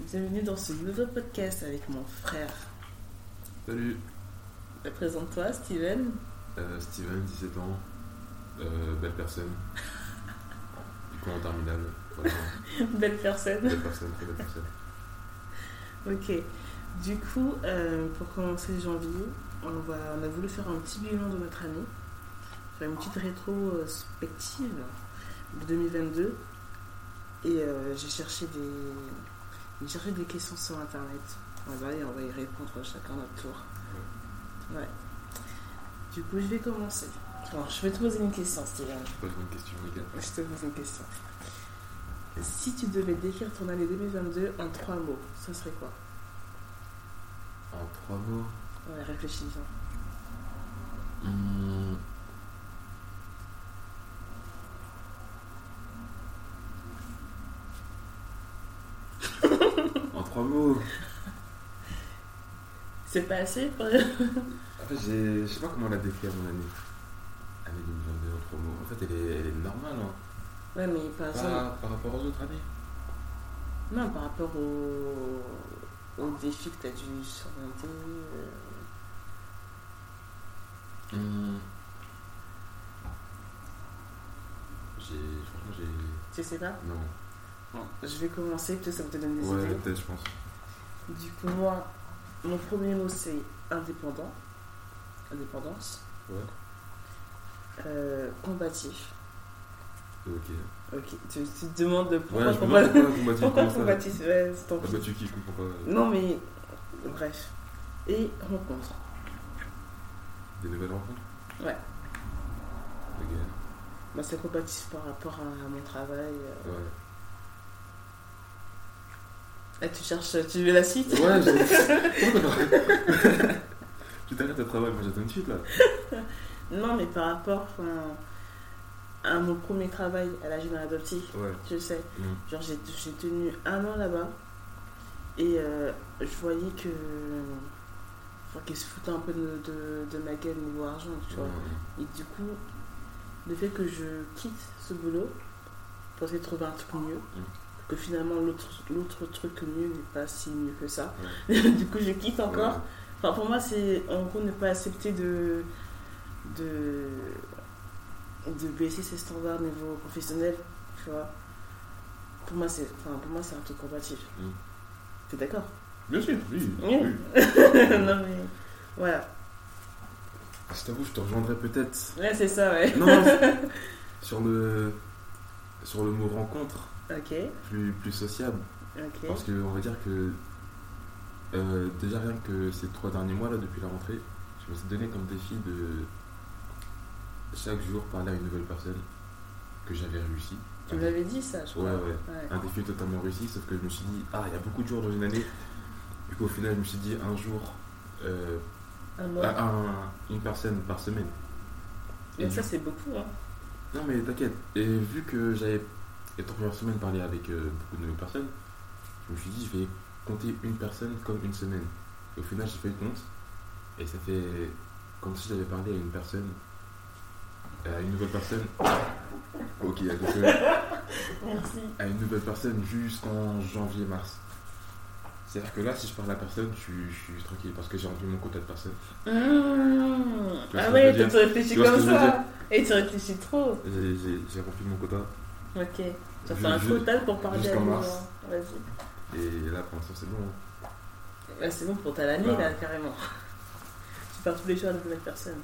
bienvenue dans ce nouveau podcast avec mon frère. Salut, Bah, Présente-toi, Steven. euh, Steven, 17 ans, euh, belle personne. Du coup, en terminale, voilà, Belle personne. belle personne, très belle personne. Ok. Du coup, euh, pour commencer janvier, on, va, on a voulu faire un petit bilan de notre année. Faire une petite rétrospective de 2022. Et euh, j'ai cherché des. J'ai cherché des questions sur internet. On va y- on va y répondre chacun à notre tour. Ouais. Du coup, je vais commencer. Alors, je vais te poser une question, Steven. Je pose une question, les gars. Je te pose une question. Si tu devais décrire ton année 2022 en trois mots, ce serait quoi En trois mots. Ouais, réfléchis bien. hmm, en trois mots. C'est pas assez pour- En fait, j'ai- je sais pas comment la décrire mon année. Année 2022 en trois mots. En fait, elle est, elle est normale, hein. Ouais, mais par exemple. Par- Ah, par rapport aux autres années. Non, par rapport au, au défi que t'as dû surmonter. euh, Hum. J'ai. Franchement, j'ai. Tu sais pas Non. Bon, Je vais commencer, peut-être ça va te donner des Ouais, idées. peut-être, je pense. Du coup, moi, mon premier mot c'est indépendant. Indépendance. Ouais. Euh, combatif. Ok. Ok, tu, tu te demandes pourquoi ouais, je me combat- demande pourquoi combatif Pourquoi comme ça. combatif Ouais, c'est ton Ah bah, tu kiffes, je comprends pas. Non mais bref. Et rencontre. Des nouvelles rencontres Ouais. Ok. Moi c'est compatible par rapport à, à mon travail. euh. Ouais. Ah, tu cherches, tu veux la suite Ouais, j'ai. Pourquoi t'as pas- Tu t'arrêtes à travail, moi j'attends une suite là. Non mais par rapport enfin, à mon premier travail à la gymnastique adoptive, Ouais. je sais. Mm. Genre j'ai j'ai tenu un an là-bas et euh, je voyais que... Enfin, qu'ils se foutaient un peu de, de, de ma gueule niveau argent, tu vois. Ouais. Et du coup, le fait que je quitte ce boulot pour essayer de trouver un truc mieux, Mm. que finalement l'autre l'autre truc mieux n'est pas si mieux que ça, du coup je quitte encore. Ouais. Enfin pour moi c'est en gros ne pas accepter de de de baisser ses standards niveau professionnel, tu vois. Pour moi c'est enfin pour moi c'est un truc combatif. Mm. T'es d'accord Bien sûr, oui. Oui. oui. Non mais voilà. Ah, Je t'avoue, je te rejoindrai peut-être Ouais c'est ça ouais. Non, non, c'est- sur le sur le mot rencontre, Ok plus, plus sociable. ok. Parce que on va dire que euh, déjà rien que ces trois derniers mois là depuis la rentrée, je me suis donné comme défi de chaque jour parler à une nouvelle personne que j'avais réussi. Tu me l'avais dit ça je Ouais, Ah. crois. ouais. Un défi totalement réussi, sauf que je me suis dit ah il y a beaucoup de jours dans une année. Du coup au final je me suis dit un jour euh, Un mois. à- à un- une personne par semaine. Et Donc du ça c'est beaucoup hein. Non mais t'inquiète, et vu que j'avais les trois premières semaines parlé avec euh, beaucoup de nouvelles personnes, je me suis dit je vais compter une personne comme une semaine. Et au final j'ai fait le compte, et ça fait comme si j'avais parlé à une personne, à une nouvelle personne, ok, à, deux semaines. Merci. À une nouvelle personne jusqu'en janvier-mars. C'est-à-dire que là si je parle à personne, je, suis- je suis tranquille parce que j'ai rempli mon quota de personnes. Tu vois ce Ah que ouais, je veux toi, tu réfléchis Tu vois ce comme que je veux ça. Et tu réfléchis trop. J'ai- J'ai j'ai rempli mon quota, Ok. Tu as fait Ju- un ju- total pour parler à jusqu'en nous. mars. hein. Vas-y. et là pour l'instant c'est bon. hein. Là, c'est bon pour ta l'année, Bah. là, carrément. Tu parles tous les jours à de nouvelles personnes.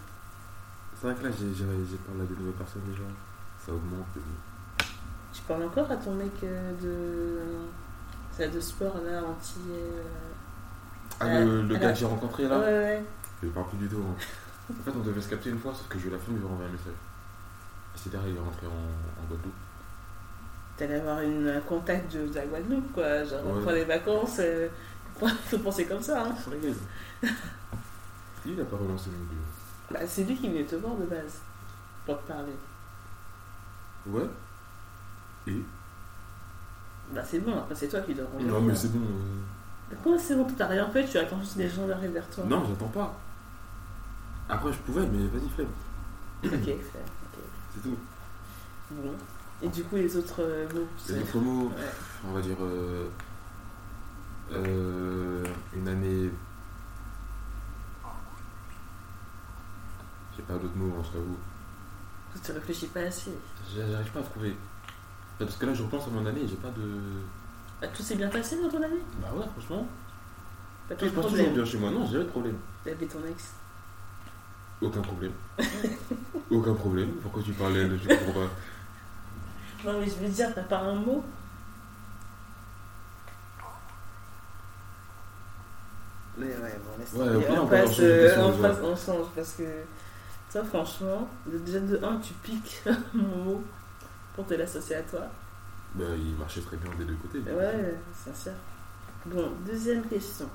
C'est vrai que là, j'ai j'ai- j'ai parlé à de nouvelles personnes déjà. Ça augmente. mais bon. Tu parles encore à ton mec euh, de. C'est de sport, là, anti. euh, Ah, Ouais. le, le Ah, gars là. que j'ai rencontré Ouais, là ouais. Je lui parle plus du tout. hein. En fait, on devait se capter une fois, sauf que je eu la flemme, je lui ai renvoyé un message. Et c'est derrière, il est rentré en, en Guadeloupe. T'allais avoir une, un contact de, de la Guadeloupe, quoi. Genre, Ouais. pour les vacances, euh, faut penser comme ça. Ah, Hein. Lui, il a pas relancé non plus. Bah, c'est lui qui venait te voir de base. Pour te parler. Ouais Bah, c'est bon, après, c'est toi qui dois Non, mais c'est bon. euh. Pourquoi c'est bon, t'as rien fait, tu attends juste des gens d'arriver vers toi. Non, j'attends pas. Après, je pouvais, mais vas-y, flemme. Ok, frère, ok. C'est tout. Bon. Et du coup, les autres euh, mots Les c'est- autres mots, Ouais. on va dire. euh, Euh, une année. J'ai pas d'autres mots, hein, je t'avoue. Tu réfléchis pas assez. J'a- J'arrive pas à trouver. Bah, Parce que là, je repense à mon année, j'ai pas de. Ah, tout s'est bien passé dans ton Bah, année Bah ouais, franchement. T'as Je pas de pense toujours problème. bien chez moi. Non, j'ai pas de problème. T'avais ton ex. Aucun problème. Aucun problème. Pourquoi tu parlais de je comprends pas. Non, mais je veux dire, t'as pas un mot Mais ouais, bon, laisse Ouais, tomber. au pire, on on peut passe, changer de euh, question, on ouais. passe, on change parce que toi, franchement, de- déjà de 1, tu piques mon mot pour te l'associer à toi. Bah, il marchait très bien des deux côtés. Ouais, sincère. Bon, deuxième question.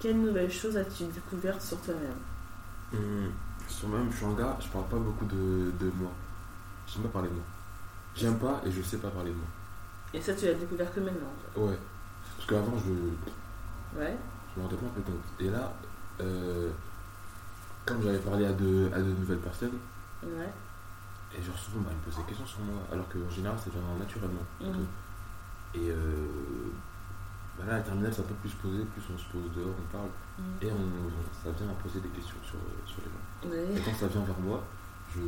Quelle nouvelle chose as-tu découverte sur toi-même Hum, sur même, je suis un gars, je parle pas beaucoup de, de moi. J'aime pas parler de moi. J'aime pas et je sais pas parler de moi. Et ça, tu l'as découvert que maintenant. Ouais. Parce qu'avant, je, Ouais. Je me rendais pas un peu compte. Et là, euh, comme j'avais parlé à de, à de nouvelles personnes, Ouais. et genre souvent bah, ils me posaient des questions sur moi, alors qu'en général c'est vraiment naturellement. euh, Mhm. Et euh, bah là, à la terminale, c'est un peu plus posé, plus on se pose dehors, on parle, Mhm. et on, on- ça vient à poser des questions sur, sur les gens. Ouais. Et quand ça vient vers moi, je.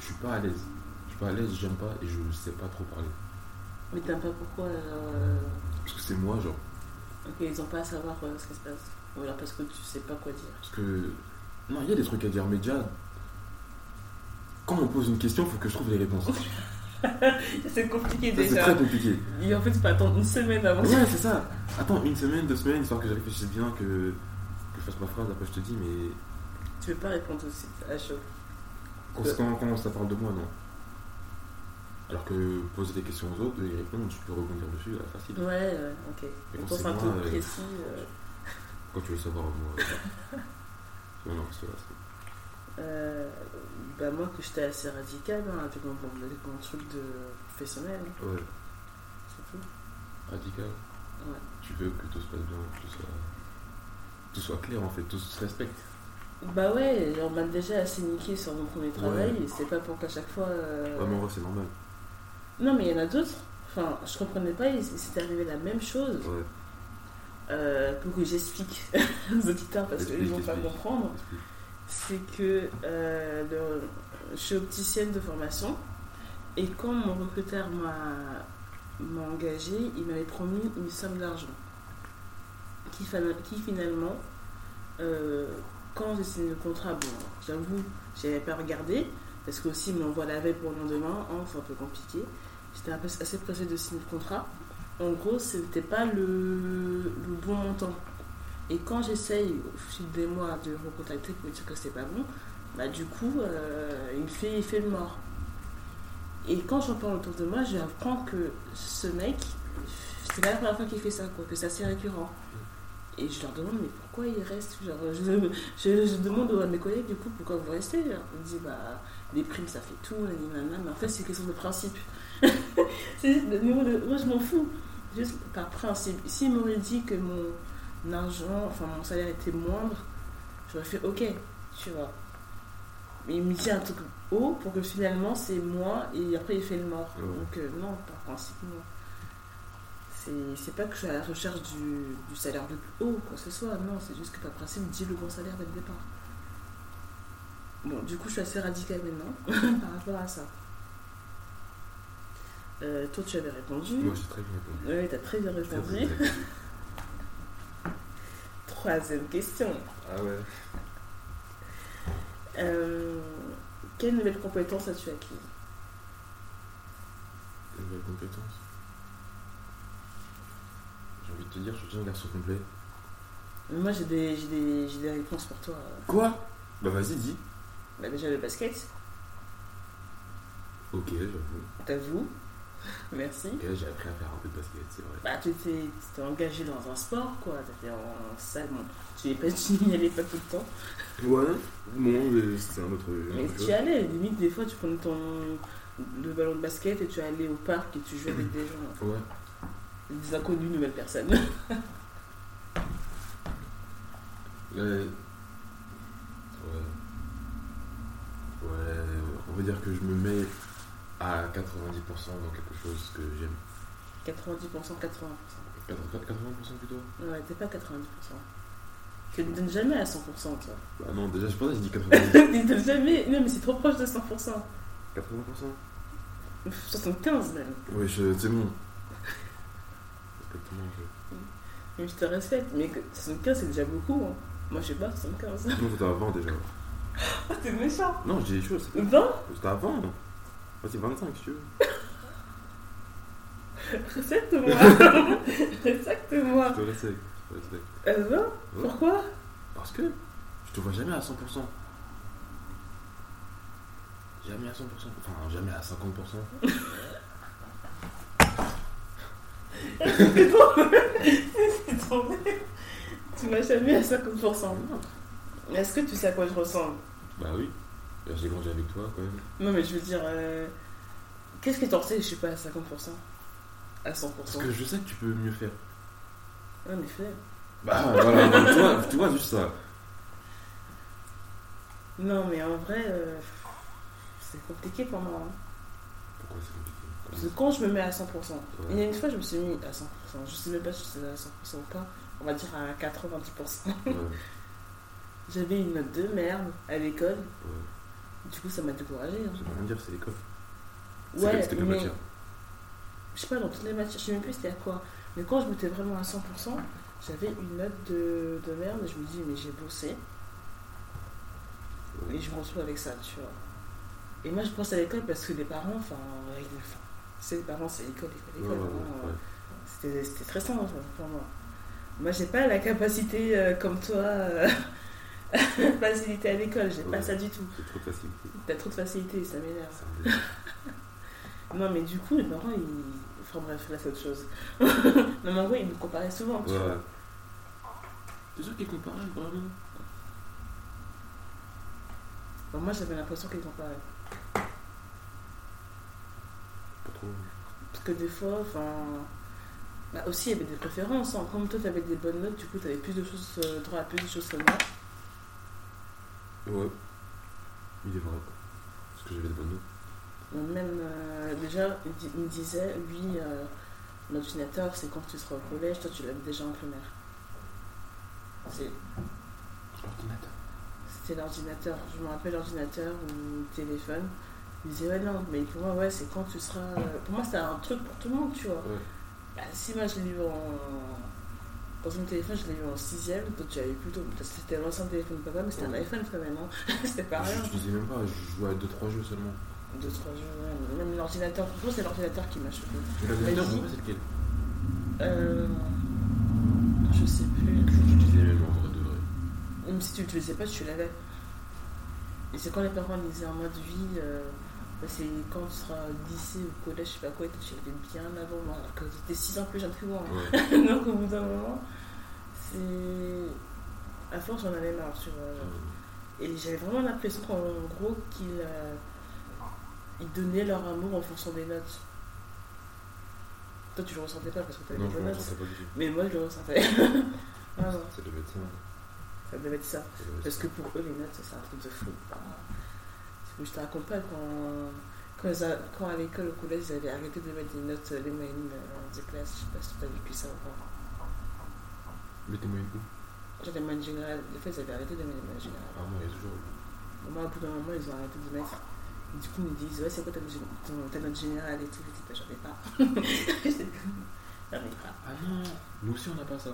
Je suis pas à l'aise. Je suis pas à l'aise, j'aime pas, et je sais pas trop parler. Mais t'as pas pourquoi. euh, Parce que c'est moi, genre. Ok, ils ont pas à savoir euh, ce qui se passe. Ou alors parce que tu sais pas quoi dire. Parce que. Non, il y a des trucs à dire, mais déjà. Quand on pose une question, il faut que je trouve les réponses. Ça, C'est compliqué c'est déjà. très compliqué. Et en fait, tu peux attendre une semaine avant. Ouais, c'est ça. Attends, une semaine, deux semaines, histoire que je réfléchisse bien, que, que je fasse ma phrase, après je te dis, mais. Tu peux pas répondre aussi à chaud. Quand, quand, quand ça parle de moi, non. Alors que poser des questions aux autres, les répondre, je peux rebondir dessus, là, facile. Ouais, ouais, ok. Mais On quand pense c'est un moi, peu euh, précis. euh, Quand tu veux savoir, moi. euh, non, non, parce que là, c'est- euh, bah, moi, que j'étais assez radicale hein, avec mon, mon- mon truc de professionnel, hein, Ouais, c'est tout. radical. Ouais. Tu veux que tout se passe bien, que tout soit. Tout soit clair, en fait, tout se respecte. Bah ouais, on m'a déjà assez niqué sur mon premier travail, et c'est pas pour qu'à chaque fois... euh, Ouais, mais en vrai, c'est normal. Non mais il y en a d'autres, enfin je comprenais pas, il, il s'est arrivé la même chose, Ouais. euh, pour que j'explique aux auditeurs parce qu'ils Explique, vont pas explique. comprendre, c'est que euh, le- je suis opticienne de formation, et quand mon recruteur m'a m'a engagée, il m'avait promis une somme d'argent, qui, fa- qui finalement, euh, quand j'ai signé le contrat, bon, j'avoue, j'avais pas regardé, parce que aussi, il me l'envoie la veille pour le lendemain, hein, c'est un peu compliqué. J'étais un peu- assez pressée de signer le contrat. En gros, c'était pas le, le bon montant. Et quand j'essaye, au fil des mois, de le recontacter pour lui dire que c'est pas bon, bah du coup, euh, il, me fait, il fait le mort. Et quand j'en parle autour de moi, j'apprends que ce mec, c'est pas la première fois qu'il fait ça, quoi, que c'est assez récurrent. Et je leur demande, mais pourquoi il reste Genre, je, je- je demande à mes collègues, du coup, pourquoi vous restez On me dit, bah, les primes, ça fait tout, nanana, mais en fait, c'est une question de principe. C'est juste, mais moi, le- moi, je m'en fous. Juste par principe. S'ils m'auraient dit que mon argent, enfin, mon salaire était moindre, j'aurais fait, ok, tu vois. Mais il me dit un truc haut pour que finalement, c'est moi, et après, il fait le mort. Ouais. Donc, euh, non, par principe, non. C'est- C'est pas que je suis à la recherche du, du salaire le plus haut, quoi que ce soit, non, c'est juste que par principe, dis le bon salaire dès le départ. Bon, du coup, je suis assez radicale maintenant par rapport à ça. Euh, toi, tu avais répondu. Moi, j'ai très bien répondu. Oui, t'as très bien Très, répondu. très bien. Troisième question. Ah ouais. Euh, quelle nouvelle compétence as-tu acquise Une nouvelle compétence. J'ai envie de te dire, je suis déjà un garçon complet. Moi, j'ai des, j'ai des, j'ai des réponses pour toi. Quoi Bah vas-y, dis. Bah, déjà, le basket, Ok, j'avoue. t'avoues. Merci. Ok, j'ai appris à faire un peu de basket, c'est vrai. Bah, tu t'es tu t'es engagé dans un sport, quoi. T'étais en salle, bon, tu n'y pas- tu n'y allais pas tout le temps. Ouais, bon, c'est un autre. Mais tu y allais, limite, des fois, tu prenais ton le ballon de basket et tu allais au parc et tu jouais avec des gens. Ouais. Des inconnus, nouvelles personnes. Ouais. Ouais. Ouais, on va dire que je me mets à 90% dans quelque chose que j'aime. 90%, 80%. 80% plutôt Ouais, t'es pas 90%. Tu ne donnes jamais à 100%, toi. Bah non, déjà, je pense que j'ai dit 80%. ne donnes jamais. Non, mais c'est trop proche de 100%. 80% 75 même. Oui, je- c'est bon. Exactement, je- Mais je te respecte, mais que 75 c'est déjà beaucoup. hein. Moi je sais pas, 75. Non, c'était avant déjà. Oh, t'es méchant. Non, j'ai des choses. 20 C'était avant. Vas-y, 25 si tu veux. Respecte-moi. Je Respecte-moi. te respecte. Je te respecte. Euh, 20 Ouais. Pourquoi Parce que je te vois jamais à 100%. Jamais à 100%. Enfin, jamais à 50%. C'est trop C'est trop Tu m'as jamais à 50%. Mais Est-ce que tu sais à quoi je ressemble Bah oui. D'ailleurs, J'ai grandi avec toi quand même. Non, mais je veux dire, euh, qu'est-ce que t'en sais Je suis pas à 50%. À 100%. Parce que je sais que tu peux mieux faire. En effet. Bah voilà, donc, tu, vois, tu vois juste ça. Non, mais en vrai, euh, c'est compliqué pour moi. hein. Pourquoi c'est compliqué Parce que quand je me mets à 100%, il y a une fois je me suis mis à 100%, je sais même pas si c'était à 100% ou pas, on va dire à 90%. Ouais, ouais, J'avais une note de merde à l'école, ouais. du coup ça m'a découragé. hein. Ça veut rien dire, c'est l'école. C'est que- Ouais, C'était que mais matière. je sais pas, dans toutes les matières, je sais même plus c'était à quoi. Mais quand je m'étais vraiment à 100%, j'avais une note de, de merde et je me dis, mais j'ai bossé Ouais. et je me retrouve avec ça, tu vois. Et moi je pense à l'école parce que les parents, enfin, ils- enfin, c'est les parents, c'est l'école, l'école, Ouais, l'école. ouais, vraiment, euh, ouais, ouais. C'était c'était stressant enfin, pour moi. Moi, j'ai pas la capacité euh, comme toi euh, à faciliter à l'école, j'ai pas Ouais. ça du tout. C'est trop facile. T'as trop de facilité, ça m'énerve. C'est un délire. Non, mais du coup, les parents, ils. Enfin bref, là, c'est autre chose. non, mais en gros, ils me comparaient souvent, tu Ouais. vois. T'es sûr qu'il est comparable vraiment Enfin, moi, j'avais l'impression qu'ils me comparaient. Pas trop. Parce que des fois, enfin. Bah, aussi, il y avait des préférences. hein. Comme toi, t'avais des bonnes notes, du coup, t'avais plus de choses, euh, droit à plus de choses que moi. Ouais. Il est vrai. Parce que j'avais des bonnes notes. Donc, Même euh, déjà, il di- il me disait, oui, euh, l'ordinateur, c'est quand tu seras au collège, toi tu l'as déjà en primaire. C'est- L'ordinateur. C'était l'ordinateur, je me rappelle l'ordinateur ou le téléphone. Il me disait, ouais, non, mais pour moi, ouais, c'est quand tu seras. euh, Pour moi, c'était un truc pour tout le monde, tu vois. Ouais. Bah, si moi, je l'ai eu en. Dans mon téléphone, je l'ai eu en 6ème, toi tu l'as eu plus tôt. Parce que C'était l'ancien téléphone de papa, mais c'était un Ouais. iPhone quand même, hein. c'était pas rien. Je disais même pas, je jouais à 2-3 jeux seulement. Deux, trois jours, même l'ordinateur, franchement, c'est l'ordinateur qui m'a choqué. L'ordinateur, Vas-y. pour moi, c'est lequel Euh, je sais plus. Je disais même en vrai de vrai. Même si tu ne l'utilisais pas, tu l'avais. Et c'est quand les parents disaient en mode vie, euh, bah, c'est quand tu seras au lycée ou au collège, je sais pas quoi, et toi, tu l'avais bien avant moi, alors que tu étais 6 ans plus jeune que moi. hein. Ouais. Donc au bout d'un moment, c'est. À force, j'en avais marre, tu vois. Euh, genre. Et j'avais vraiment l'impression qu'en gros, qu'ils euh, ils donnaient leur amour en fonction des notes. Toi, tu le ressentais pas parce que tu avais non, des je bonnes ne notes. sentais pas du tout. Mais moi, je le ressentais. Ah non, Ça devait être ça. hein. ça devait être ça. ça devait être Parce ça. que pour eux, les notes, c'est un truc de fou. Je te raconte pas quand, quand, ils a- quand à l'école, au collège, ils avaient arrêté de mettre des notes, euh, les moyennes euh, des classes. Je sais pas si tu as vécu ça ou pas. Mettez-moi une coupe. Genre les moyennes générales, les fois, ils avaient arrêté de mettre les moyennes générales. Ah, moi, il y a toujours. Au moins, au bout d'un moment, ils ont arrêté de mettre. Et du coup, ils me disent Ouais, c'est quoi ta, note gén- ton- ta note générale et tout. Je dis Bah, J'en ai pas. J'en ai pas. Ah non Nous aussi, on n'a pas ça.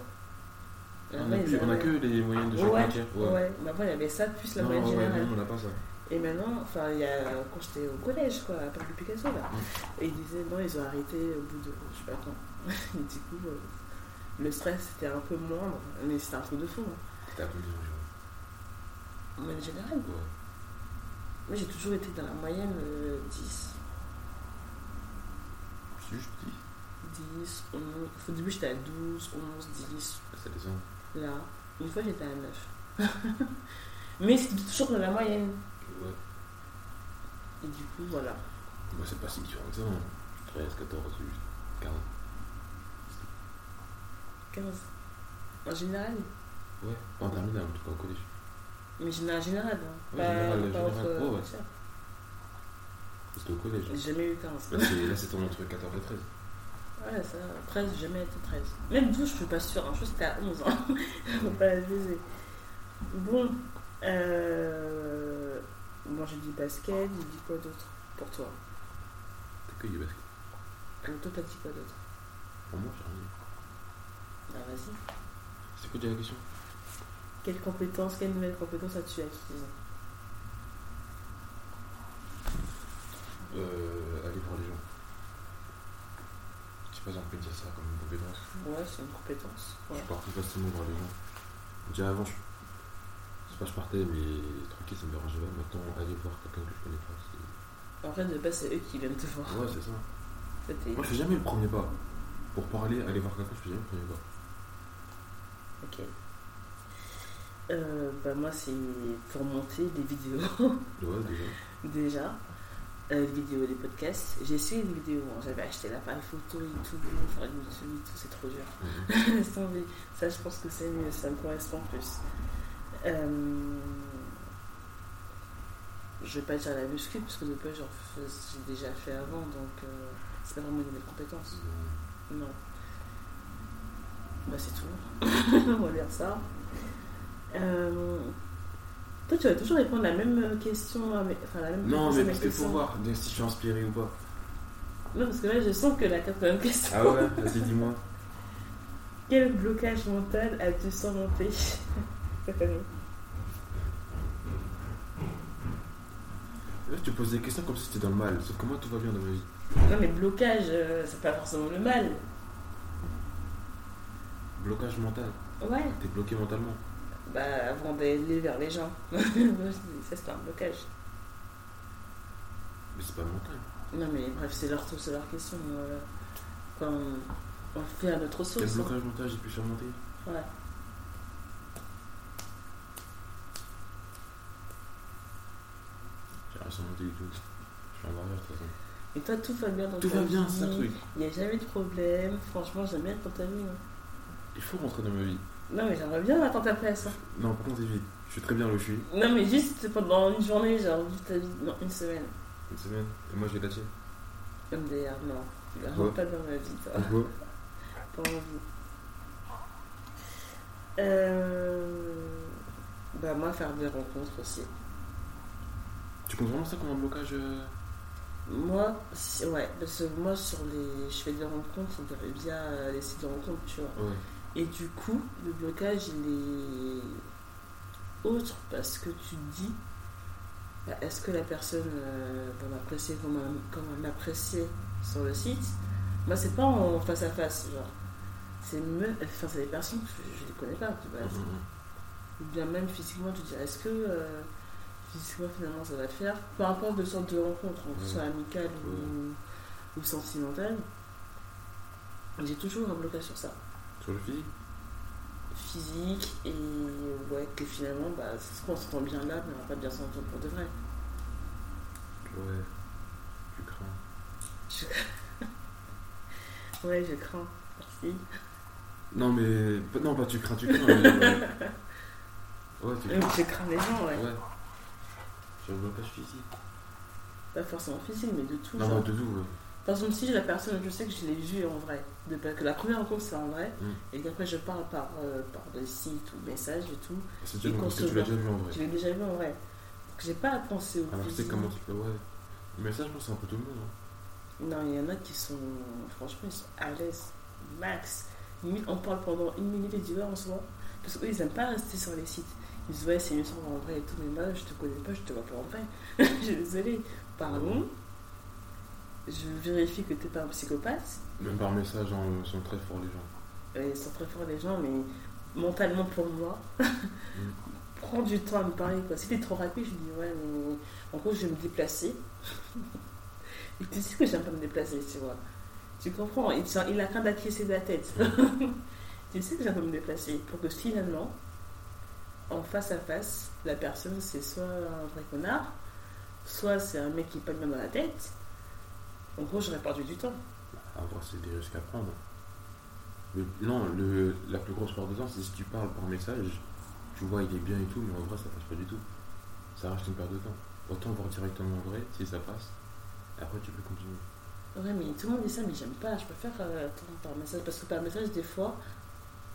Alors, on n'a Ah ouais, ils plus- on n'a avaient- que les moyennes de chaque Ouais, matière. Ouais, ouais. mais avant, il y avait ça, plus la Non, ouais, moyenne ouais, générale. non, on n'a pas ça. Et maintenant, enfin, il y a quand j'étais au collège, quoi, à Pablo Picasso, là, Mm. et ils disaient non, ils ont arrêté au bout de je sais pas quand. Et du coup, euh, le stress était un peu moindre, mais c'était un truc de fou. Hein. T'as combien genre Mm. Mais en général, Ouais. moi j'ai toujours été dans la moyenne euh, 10. C'est juste petit. 10, 11. Au début, j'étais à 12, 11, 10. Ça descend. Là, une fois, j'étais à 9. mais c'était toujours dans la moyenne. Ouais. Et du coup, voilà. Moi, c'est pas si différent que ça. hein. 13, 14, 18, 15. 15. En général, Ouais. En terminale, en tout cas, au collège. mais général, général, hein. Ouais, pas, général, pas général. entre- Ouais, ouais. C'était au collège. hein. Bah, J'ai jamais eu 15. Là, c'est- là, c'est tombé entre 14 et 13. Ouais, ça, 13, j'ai jamais été 13. Même 12, je suis pas sûre. hein. Je pense que c'était à 11. Hein. Faut pas abuser. Bon. Euh... Bon, j'ai dit basket, j'ai dit quoi d'autre pour toi T'as que du basket. Pour toi, t'as dit quoi d'autre Pour moi, j'ai rien. Ah, vas-y. C'est quoi déjà la question Quelles compétences, quelles nouvelles compétences as-tu acquises Euh, aller voir les gens. Je sais pas si on peut dire ça comme une compétence. Ouais, c'est une compétence. Je partais facilement voir les gens. Déjà avant, je... c'est pas je partais, mais tranquille, ça me dérangeait pas. Maintenant, aller voir quelqu'un que je connais pas, c'est. En fait, de base, c'est eux qui viennent te voir. Ah Ouais, c'est ça. Toi, t'es- Moi, je fais jamais le premier pas. Pour parler, aller voir quelqu'un, je fais jamais le premier pas. Ok. Euh, bah, moi, c'est pour monter des vidéos. Ouais, déjà. déjà euh, les vidéos les podcasts j'ai essayé les vidéos hein. j'avais acheté l'appareil photo et tout pour faire une YouTube et tout c'est trop dur Mhm. Laisse tomber. ça je pense que c'est mieux ça me correspond plus Euh, je vais pas dire la muscu parce que de peu j'en fais- j'ai déjà fait avant donc euh, c'est pas vraiment une nouvelle compétence non. Bah c'est tout. On va dire ça. Euh, Toi, tu vas toujours répondre la même euh, question. à mes- Enfin, la même Non, réponse à mais mes c'était pour questions. voir de- si je suis inspiré ou pas. Non, parce que là, je sens que la quatrième question. Ah ouais, vas-y, dis-moi. Quel blocage mental as-tu surmonté cette année Là, tu poses des questions comme si c'était dans le mal, sauf que moi, tout va bien dans ma vie. Non, mais blocage, euh, c'est pas forcément le mal. Blocage mental. Ouais. T'es bloqué mentalement. Bah, avant d'aller vers les gens. Moi, je dis, ça, c'est un blocage. Mais c'est pas mental. Non, mais bref, c'est leur, c'est leur question. euh, quand on fait à notre Quel sauce. hein. blocage mental j'ai pu surmonter Ouais. J'ai rien surmonté du tout. Je suis en arrière, de toute façon. Et toi, tout va bien dans Tout ta va bien, vie. c'est un truc. Il n'y a jamais de problème. Franchement, j'aime bien être dans ta vie. moi. Il faut rentrer dans ma vie. Non, mais j'aimerais bien attendre ta place. hein. Non, par contre, évite. Je suis très bien là où je suis. Non, mais juste pendant une journée, genre juste ta vie. Non, une semaine. Une semaine. Et moi, je vais tâcher. MDR, non. Tu la Ouais. rentres pas dans ma vie, toi. Pourquoi Pas envie. Euh... Bah, moi, faire des rencontres aussi. Tu comptes vraiment ça comme un blocage euh, Moi, si- ouais, parce que moi, sur les. Je fais des rencontres via euh, les sites de rencontres, tu vois. Ouais. Et du coup, le blocage, il est autre parce que tu te dis bah, est-ce que la personne euh, va m'apprécier comme, un- comme elle m'appréciait sur le site Moi, c'est pas en face à face, genre. C'est me... enfin, c'est des personnes que je, je les connais pas, de Mhm. base. Ou bien même physiquement, tu te dis est-ce que euh, physiquement, finalement, ça va te faire Peu importe le sorte de rencontre, hein, que ce soit amicale ou, ou sentimentale, j'ai toujours un blocage sur ça Sur le physique physique et ouais que finalement bah ça se trouve, on s'entend bien là mais on va pas bien s'entendre pour de vrai Ouais. Tu crains. ouais je crains merci Non, mais. pas- Non, pas tu crains, tu crains. mais, ouais. ouais, tu Euh, crains. je crains les gens ouais Ouais. J'ai un blocage physique. pas forcément physique mais de tout Non, genre mais de tout, ouais. par exemple si la personne je sais que je l'ai vue en vrai de que la première rencontre c'est en vrai Mm. et qu'après je parle par euh, par des sites ou messages et tout C'est Et déjà parce que tu l'as concevable. déjà vu en vrai. je l'ai déjà vu en vrai donc j'ai pas à penser au Alors, tu sais physique. comment tu peux. Ouais. Mais ça, je pense que c'est un peu tout le monde. hein. Non, il y en a qui sont. Franchement, ils sont à l'aise. Max. Limite, on parle pendant une minute et dix heures en soi. Parce qu'eux, ils aiment pas rester sur les sites. Ils disent, ouais, c'est mieux sur en vrai et tout. Mais moi, je te connais pas, je te vois pas en vrai. je suis désolée. Pardon. Je vérifie que t'es pas un psychopathe. Même par message, hein, ils sont très forts les gens. Euh, Ils sont très forts, les gens, mais mentalement pour moi. Prends du temps à me parler. Quoi. Si t'es trop rapide, je dis, ouais, mais en gros, je vais me déplacer. et tu sais que j'aime pas me déplacer, tu vois. Tu comprends Il, tient- il a qu'à d'acquiescer de la tête. tu sais que j'aime pas me déplacer pour que finalement, en face à face, la personne, c'est soit un vrai connard, soit c'est un mec qui est pas bien dans la tête. En gros, j'aurais perdu du temps. Ah, bah, c'est des risques à prendre. Mais non, le, la plus grosse part de temps, c'est si tu parles par message, tu vois, il est bien et tout, mais en vrai, ça passe pas du tout. Ça reste une perte de temps. Autant voir directement en vrai, si ça passe, et après, tu peux continuer. Ouais, mais tout le monde dit ça, mais j'aime pas. Je préfère euh, attendre par message. Parce que par message, des fois,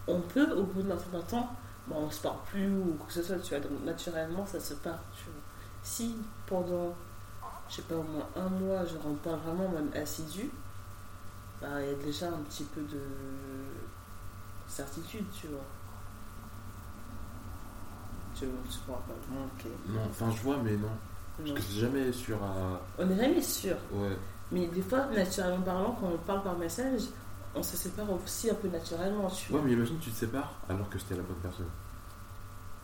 on peut, au bout d'un certain temps, bon, on se parle plus ou quoi que ce soit, tu vois. Donc, naturellement, ça se part, tu vois. Si pendant, je sais pas, au moins un mois, je rentre pas vraiment, même assidu, bah, il y a déjà un petit peu de certitude, tu vois. Tu vois, je crois pas. Bon, ok. Non, enfin, je vois, mais non. Non. Parce que c'est jamais sûr à. On n'est jamais sûr. Ouais. Mais des fois, naturellement parlant, quand on parle par message, on se sépare aussi un peu naturellement, tu vois. Ouais, mais imagine tu te sépares alors que c'était la bonne personne.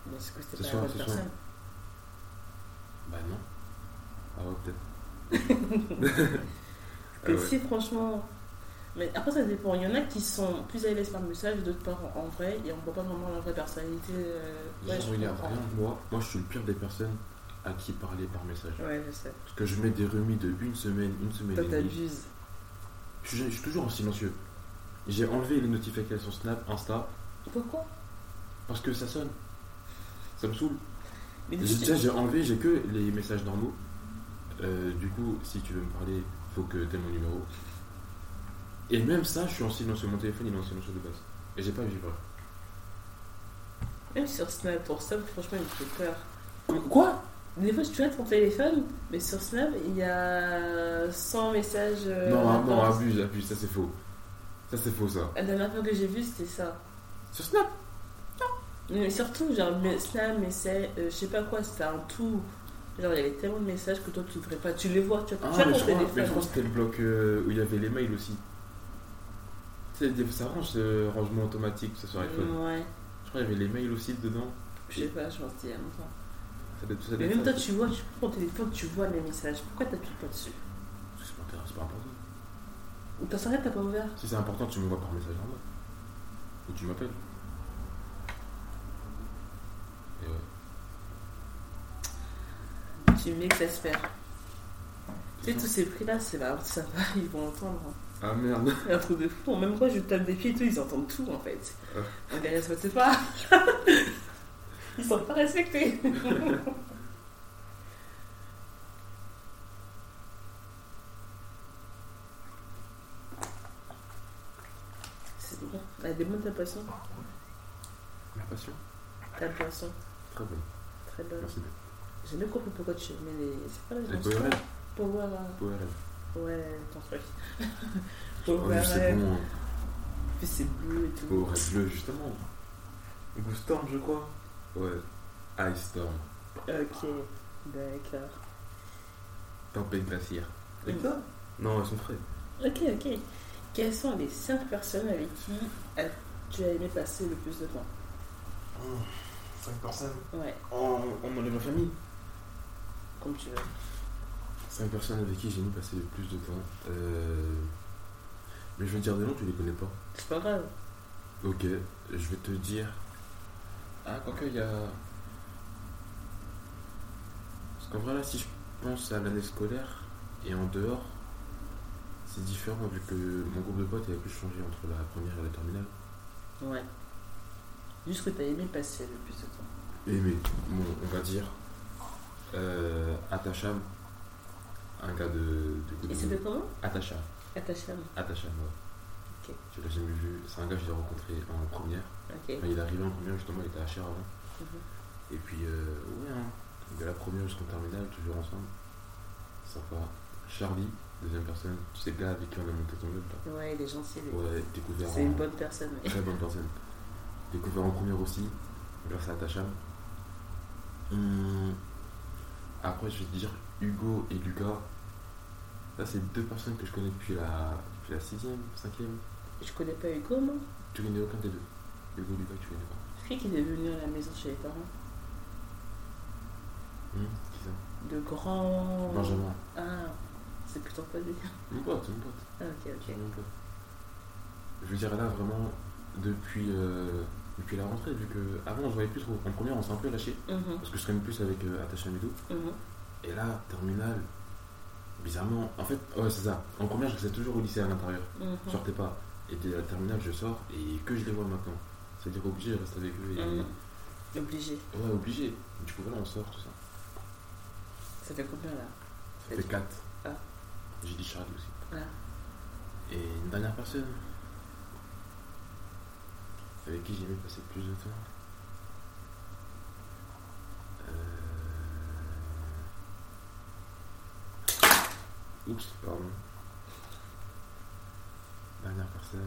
Mais est-ce que c'est Ce pas la soir, bonne ce soir. personne Bah non. Ah ouais, peut-être. Ah Et ouais. si franchement. Mais après, ça dépend. Il y en a qui sont plus à l'aise par message, d'autres par en vrai, et on voit pas vraiment la vraie personnalité. euh, ouais, Genre, je il y a comprends. rien de moi. Moi, je suis le pire des personnes à qui parler par message. Ouais, je sais. Parce que je mets des remis de une semaine, une semaine Toi, et demie. t'abuses. Je suis, je suis toujours en silencieux. J'ai enlevé les notifications Snap, Insta, Pourquoi parce que ça sonne. Ça me saoule. Mais du J'ai- coup, Déjà, tu- j'ai enlevé, j'ai que les messages normaux. Euh, du coup, si tu veux me parler, faut que t'aies mon numéro. Et même ça, je suis en silence sur mon téléphone, il est en silence de base. Et j'ai pas vu vibreur. Même sur Snap, pour ça, franchement, il me fait peur. Quoi Des fois, tu as ton téléphone, mais sur Snap, il y a 100 messages. euh, Non, ah, non, importants. abuse, abuse, ça c'est faux. Ça c'est faux ça. La dernière fois que j'ai vu, c'était ça. Sur Snap Mais surtout, genre, mais Snap, mais c'est, euh, je sais pas quoi, c'était un tout. Genre, il y avait tellement de messages que toi, tu devrais pas. Tu les vois, tu, Ah, tu as ton mais je crois, mais je téléphone. crois que c'était le bloc euh, où il y avait les mails aussi. Tu sais, des- ça range ce rangement automatique ça, sur iPhone. ouais, Je crois qu'il y avait les mails aussi dedans. je sais pas, je pense qu'il y a longtemps. Ça doit, ça doit Mais être même ça. toi, tu vois, tu prends ton téléphone, tu vois les messages. Pourquoi t'appuies pas dessus Parce que c'est pas intéressant, c'est pas important. Ou t'en sais rien, t'as pas ouvert Si c'est important, tu m'envoies par message normal. Ou tu m'appelles. Et ouais. Tu m'exaspères. Tu sais, tous ces prix-là, c'est bah, ça va, ils vont entendre. hein. Ah merde. Un truc de fou. Même quand je tape des pieds et tout, ils entendent tout en fait. Ouais. Donc, les respectent pas. ils sont pas respectés. C'est bon. Bah, Elle demande ta passion. La passion. Ta passion. Très bonne. Très bonne. Merci. J'ai même compris pourquoi tu mets les. C'est pas Les les Power gens. Rangers. Power. euh, Power Rangers. Ouais, ton truc. Oh, Power. c'est bon. hein. En plus, c'est bleu et tout. Power Rangers bleu, justement. Goût Storm, je crois. Ouais. Ice Storm. Ok, d'accord. Tempête glaciaire. Et ça Non, elles sont frais. Ok, ok. Quelles sont les 5 personnes avec qui as- tu as aimé passer le plus de temps 5 Oh, personnes Ouais, en, en de ma famille comme tu veux. 5 personnes avec qui j'ai mis passer le plus de temps. Euh, Mais je vais te dire des noms, tu les connais pas. C'est pas grave. Ok, je vais te dire. Ah, quoique, il y a. Parce qu'en vrai, là, si je pense à l'année scolaire et en dehors, c'est différent vu que mon groupe de potes avait pu changer entre la première et la terminale. Ouais. Juste que tu as aimé passer le plus de temps. aimé, bon, on va dire, euh, attachable. Un gars de. de Et c'était comment attachable. Attachable. Attachable, ouais. Ok. Je l'ai jamais vu. C'est un gars que j'ai rencontré en première. Ok. Enfin, il est arrivé en première, justement, il était à HR avant. Mm-hmm. Et puis, euh, ouais, hein, de la première jusqu'en terminale, toujours ensemble. Sympa. Charlie, deuxième personne, c'est le gars avec qui on a monté ton club là. Mhm. Ouais, il est gentil. lui. Ouais, découvert C'est en- une bonne personne. mais- Très bonne personne. Découvert en première aussi, grâce à Tacham. Après, je vais te dire Hugo et Lucas. Ça, c'est deux personnes que je connais depuis la, depuis la sixième, cinquième. Je connais pas Hugo, moi. Tu connais aucun des deux. Hugo, Lucas, tu connais pas. C'est qui qu'il est venu à la maison chez les parents Hum, qui ça De grands. Benjamin. Ah, c'est plutôt pas lui. Mon pote, mon pote. Ah, ok, ok. Sûrement pas. Je veux dire là vraiment depuis, euh, depuis la rentrée vu que avant on se voyait plus trop. En première on s'est un peu lâché Mhm, parce que je traîne plus avec euh, Attaché et tout. mhm. Et là, terminale, bizarrement, en fait, ouais c'est ça. En première je restais toujours au lycée à l'intérieur. Mhm. Je sortais pas. Et de la terminale je sors et que je les vois maintenant. C'est-à-dire obligé je reste avec eux et. Mhm. Obligé. Ouais obligé. Du coup voilà on sort tout ça. Ça fait combien là Ça fait 4. Ah. J'ai dit Charlie aussi. Ah. Et une dernière personne avec qui j'ai aimé passer plus de temps. Euh, Oups, pardon. Dernière personne.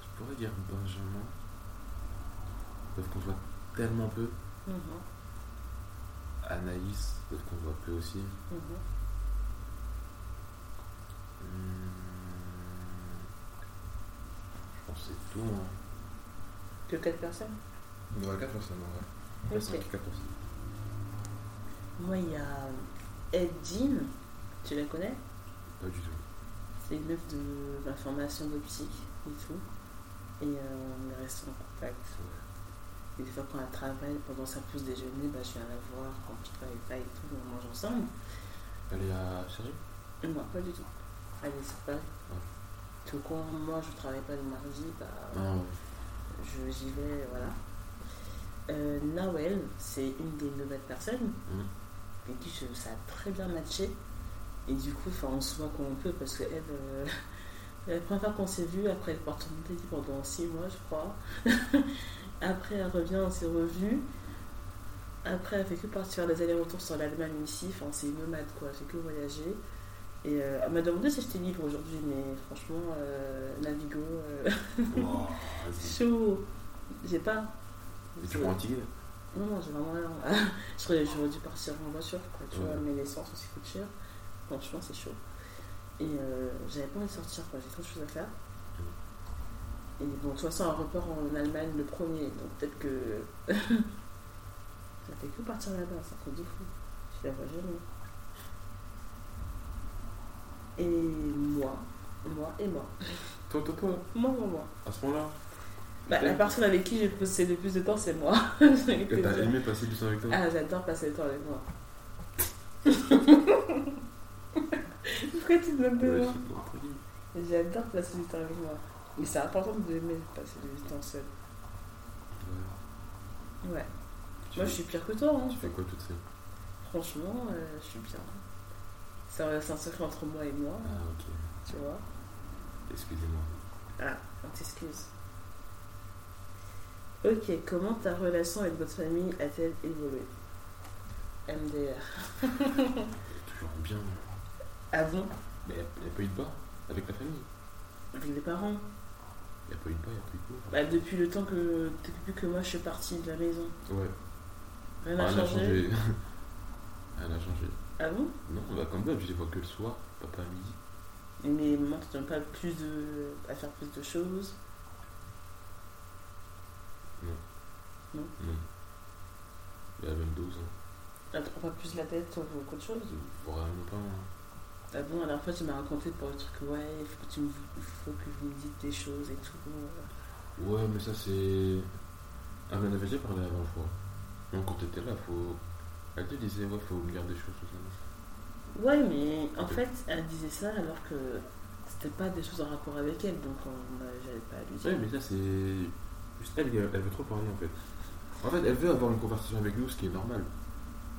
Je pourrais dire Benjamin. Sauf qu'on se voit tellement peu. Mhm, Anaïs, sauf qu'on se voit peu aussi. mhm. Hmm. Hum, Je pense que c'est tout. Hein. Que quatre personnes On aura 4 personnes en vrai. Ok. c'est 4 personnes. Moi, il y a Edine, tu la connais Pas du tout. C'est une meuf de ma formation d'optique et tout. Et euh, on est resté en contact. Et des fois, quand elle travaille, pendant sa pause déjeuner, bah, je viens la voir. Quand je travaille pas et tout, on mange ensemble. Elle est à Chérie Non, pas du tout. Elle est séparée. Donc, quand moi, je travaille pas le mardi, bah, Ah Non, je- j'y vais, voilà. Euh, Nawel, c'est une des nouvelles personnes Mhm. avec qui je- ça a très bien matché. Et du coup, enfin, on se voit quand on peut parce que Eve, euh, la première fois qu'on s'est vu, après elle est partie en Italie pendant 6 mois, je crois. après, elle revient, on s'est revus. Après, elle fait que partir faire des allers-retours sur l'Allemagne ici. Enfin, c'est une nomade quoi, elle fait que voyager. Et euh, elle m'a demandé si j'étais libre aujourd'hui, mais franchement, euh, Navigo. euh, Wow, vas-y. Chaud. J'ai pas. Mais tu prends un ticket Non, non, j'ai vraiment rien. Je serais- J'aurais dû partir en voiture, quoi, tu Ouais. vois, mais l'essence aussi coûte cher. Franchement, c'est chaud. Et euh, j'avais pas envie de sortir, quoi, j'ai trop de choses à faire. Et bon, de toute façon, un report en Allemagne le premier, donc peut-être que. Ça fait que partir là-bas, c'est un truc de fou. Je la vois jamais. Et moi, moi et moi. Toi, toi, toi, Moi, moi, moi. à ce moment-là Bah, la Peut-être personne avec qui j'ai passé le plus de temps, c'est moi. Je vais te que t'as dire. aimé passer du temps avec toi ah, j'adore passer le temps avec moi. Pourquoi tu te donnes de Ouais, moi c'est bon, très bien. J'adore passer du temps avec moi. Mais c'est important de aimer passer du temps seul. Ouais. Ouais. Tu Moi, fais- je suis pire que toi. hein. Tu fais quoi toute seule Franchement, euh, je suis bien. C'est un c'est un secret entre moi et moi, Ah, ok. tu vois. Excusez-moi. Ah, on t'excuse. Ok, comment ta relation avec votre famille a-t-elle évolué MDR. Toujours bien. Avant, Mais y'a pas eu de bas avec ta famille avec les parents. Y'a pas eu de bas, y'a pas eu de cours Bah, depuis le temps que, depuis que moi je suis partie de la maison, Ouais. rien Ah, Elle n'a a changé. changé. Elle a changé. Ah bon Non, bah comme d'hab, je les vois que le soir, papa à midi. Mais maman te donne pas plus de. à faire plus de choses. Non. Il a même 12 ans. Elle te prend pas plus la tête ou autre chose. Vraiment pas. hein. Ah bon, à la fois tu m'as raconté pour le truc, ouais, il faut que tu me, il faut que vous me dites des choses et tout. euh. Ouais, mais ça c'est. Ah, mais on avait déjà parlé avant, je crois. Donc quand t'étais là, faut. Elle te disait, ouais, faut me dire des choses, tout ça. Ouais, mais en Ok. fait, elle disait ça alors que c'était pas des choses en rapport avec elle, donc on- bah, j'avais pas à lui dire. Ouais, mais ça c'est. Juste elle, elle elle veut trop parler en fait. En fait, elle veut avoir une conversation avec nous, ce qui est normal.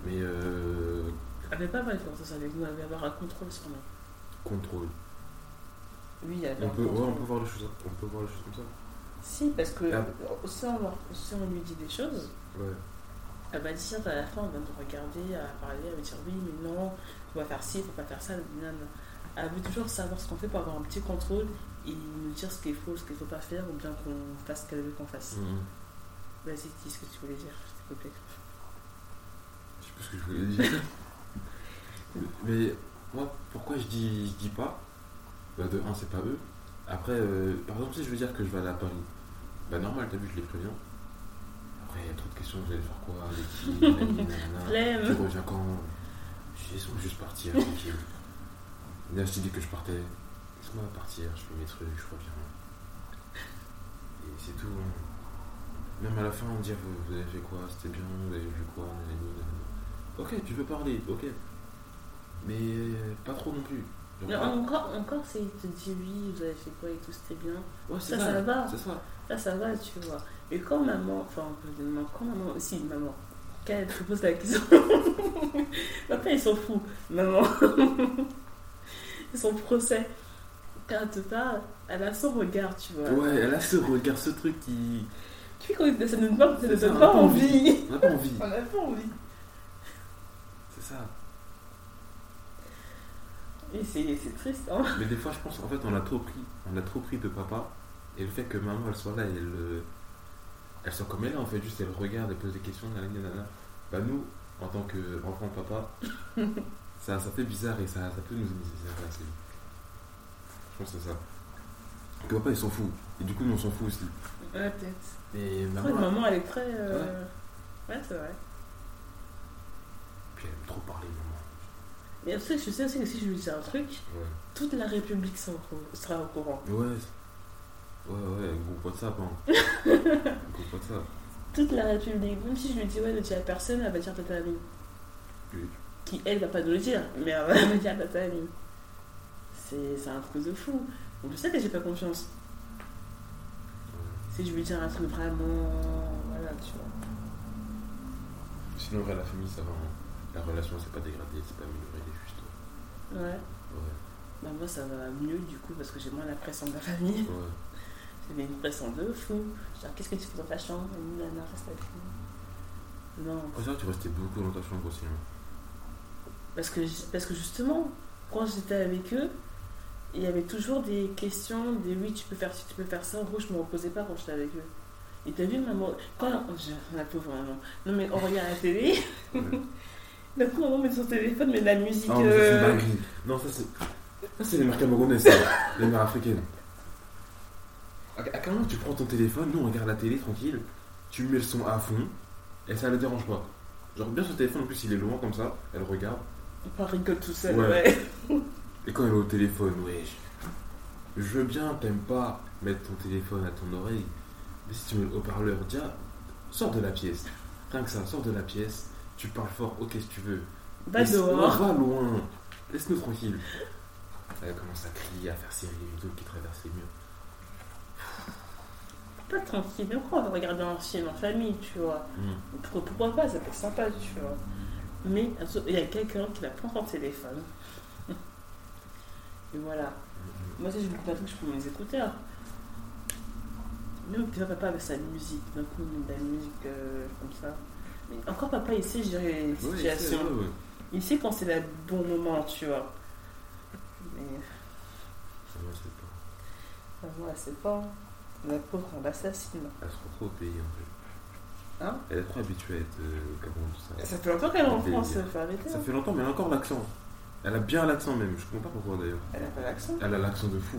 Mais euh. Elle avait pas mal de conversations avec nous, elle avait avoir un contrôle sur nous. Contrôle. Oui, elle avait On un peut, ouais, contrôle. on peut voir les choses, on peut voir les choses comme ça. Si, parce que Ah. si on leur- si on lui dit des choses, Ouais. Elle va dire à la fin, on va nous regarder, elle va parler, elle va dire oui, mais non, on va faire ci, faut pas faire ça, nanana. Elle veut toujours savoir ce qu'on fait pour avoir un petit contrôle et nous dire ce qu'il faut, ce qu'il faut pas faire, ou bien qu'on fasse ce qu'elle veut qu'on fasse. Mhm. Vas-y, dis ce que tu voulais dire, s'il te plaît. Je sais plus ce que je voulais dire. Mais moi, pourquoi je dis, je dis pas bah, De un, c'est pas eux. Après, euh, par exemple, si je veux dire que je vais aller à Paris, bah normal, t'as vu, je les préviens. Après, il y a trop de questions, je vais faire quoi Avec qui nanani, nanana. Je Flemme reviens quand Je dis, laisse-moi juste partir, tranquille. Là, je t'ai dit que je partais. Laisse-moi partir, je fais mes trucs, je reviens. Et c'est tout. hein. Même à la fin, on me dit, vous, vous avez fait quoi C'était bien, vous avez vu quoi nanani, nanana. Ok, tu veux parler, ok. Mais euh, pas trop non plus. Genre, Mais encore, encore c'est il te dit oui, vous avez fait quoi et tout, c'était bien. ah, ouais, c'est Ça, ça va. C'est ça. Là, ça va, tu vois. Mais quand maman, enfin, on peut dire maman, quand maman aussi, maman, quand elle te pose la question, papa, ils s'en fout, maman. Son procès. Quand tu parles, elle a son regard, tu vois. Ouais, elle a ce regard, ce truc qui. Tu fais quand ça ne donne pas, ça ne Ça, donne on a pas pas envie. On n'a pas envie. On n'a pas envie. C'est ça. Et c'est c'est triste, hein. Mais des fois, je pense, en fait, on l'a trop pris. On l'a trop pris de papa. Et le fait que maman, elle soit là, elle. euh, Elle soit comme elle est, en fait, juste elle regarde, elle pose des questions, nanani, nanana. Bah, nous, en tant qu'enfant papa, ça, ça fait bizarre et ça, ça peut nous. ça- ça- c'est- Je pense que c'est ça. Que papa, il s'en fout. Et du coup, nous, on s'en fout aussi. Ouais, peut-être. Mais Je crois que maman, maman, elle est très. euh, Ouais, c'est vrai. puis elle aime trop parler, maman. Mais après, je sais aussi que si je lui dis un truc, Ouais. toute la République sera au courant- sera au courant. Ouais, c'est- ouais, ouais, groupe WhatsApp, hein. groupe WhatsApp. Toute la République, même si je lui dis ouais, ne dis à personne, elle va dire à ta famille. Oui. Qui, elle, va pas nous le dire, mais elle va le dire à ta famille. C'est c'est un truc de fou. On le sait que j'ai pas confiance. Si je lui dis un truc vraiment. Voilà, tu vois. Sinon, vers la famille, ça va. hein. La relation, c'est pas dégradée, c'est pas améliorée, elle est juste. euh, Ouais. Ouais, Bah, moi, ça va mieux du coup, parce que j'ai moins la pression de la famille. ouais. J'avais une pression de fou. Genre, qu'est-ce que tu fais dans ta chambre Nana, Ah, reste avec nous. Non. Après ça, tu restais beaucoup dans ta chambre aussi. hein. Parce que, parce que justement, quand j'étais avec eux, il y avait toujours des questions, des oui, tu peux faire ci, tu peux faire ça. En gros, je ne me reposais pas quand j'étais avec eux. Et t'as vu, maman, quand oh, je- la pauvre maman, non mais on regarde la télé, Ouais. d'un coup, maman met son téléphone, met de la musique. Ah, mais ça, c'est une euh, dinguerie. Non, ça, c'est. Ça, c'est les mères camerounaises, ça. les mères africaines. À, à quel moment tu prends ton téléphone, nous, on regarde la télé tranquille, tu mets le son à fond, et ça ne dérange pas. Genre, bien son téléphone, en plus, il est loin comme ça, elle regarde. on rigole tout seul, Ouais. ouais. Et quand elle est au téléphone, wesh. Je veux bien, t'aimes pas mettre ton téléphone à ton oreille, mais si tu mets le haut-parleur, déjà, sors de la pièce. Rien que ça, sors de la pièce, tu parles fort, ok si tu veux. Va Laisse- dehors. Va loin, laisse-nous tranquille. Elle commence à crier, à faire ses rires et tout, qui traverse les murs. Pas tranquille, mais pourquoi on va regarder un film en famille, tu vois Hmm. Pourquoi, pourquoi pas, ça peut être sympa, tu vois. Mais attention, il y a quelqu'un qui va prendre son téléphone. Et voilà. Moi, si je me pas un truc, je prends mes écouteurs. Même déjà, papa avec sa musique, d'un coup, il met de la musique euh, comme ça. Mais encore, papa, il sait gérer les Ouais, situations. c'est- ouais, ouais. Il sait quand c'est le bon moment, tu vois. Mais Ça va, c'est pas- moi, elle sait pas. La pauvre, on l'assassine. Elle se retrouve au pays en fait. Hein Elle est trop habituée à être euh, au Cameroun, tout ça. Ça fait longtemps qu'elle est en Elle France, fait- faut arrêter. Ça hein. fait longtemps, mais elle a encore l'accent. Elle a bien l'accent même, je comprends pas pourquoi d'ailleurs. Elle a pas l'accent. Elle a l'accent de fou.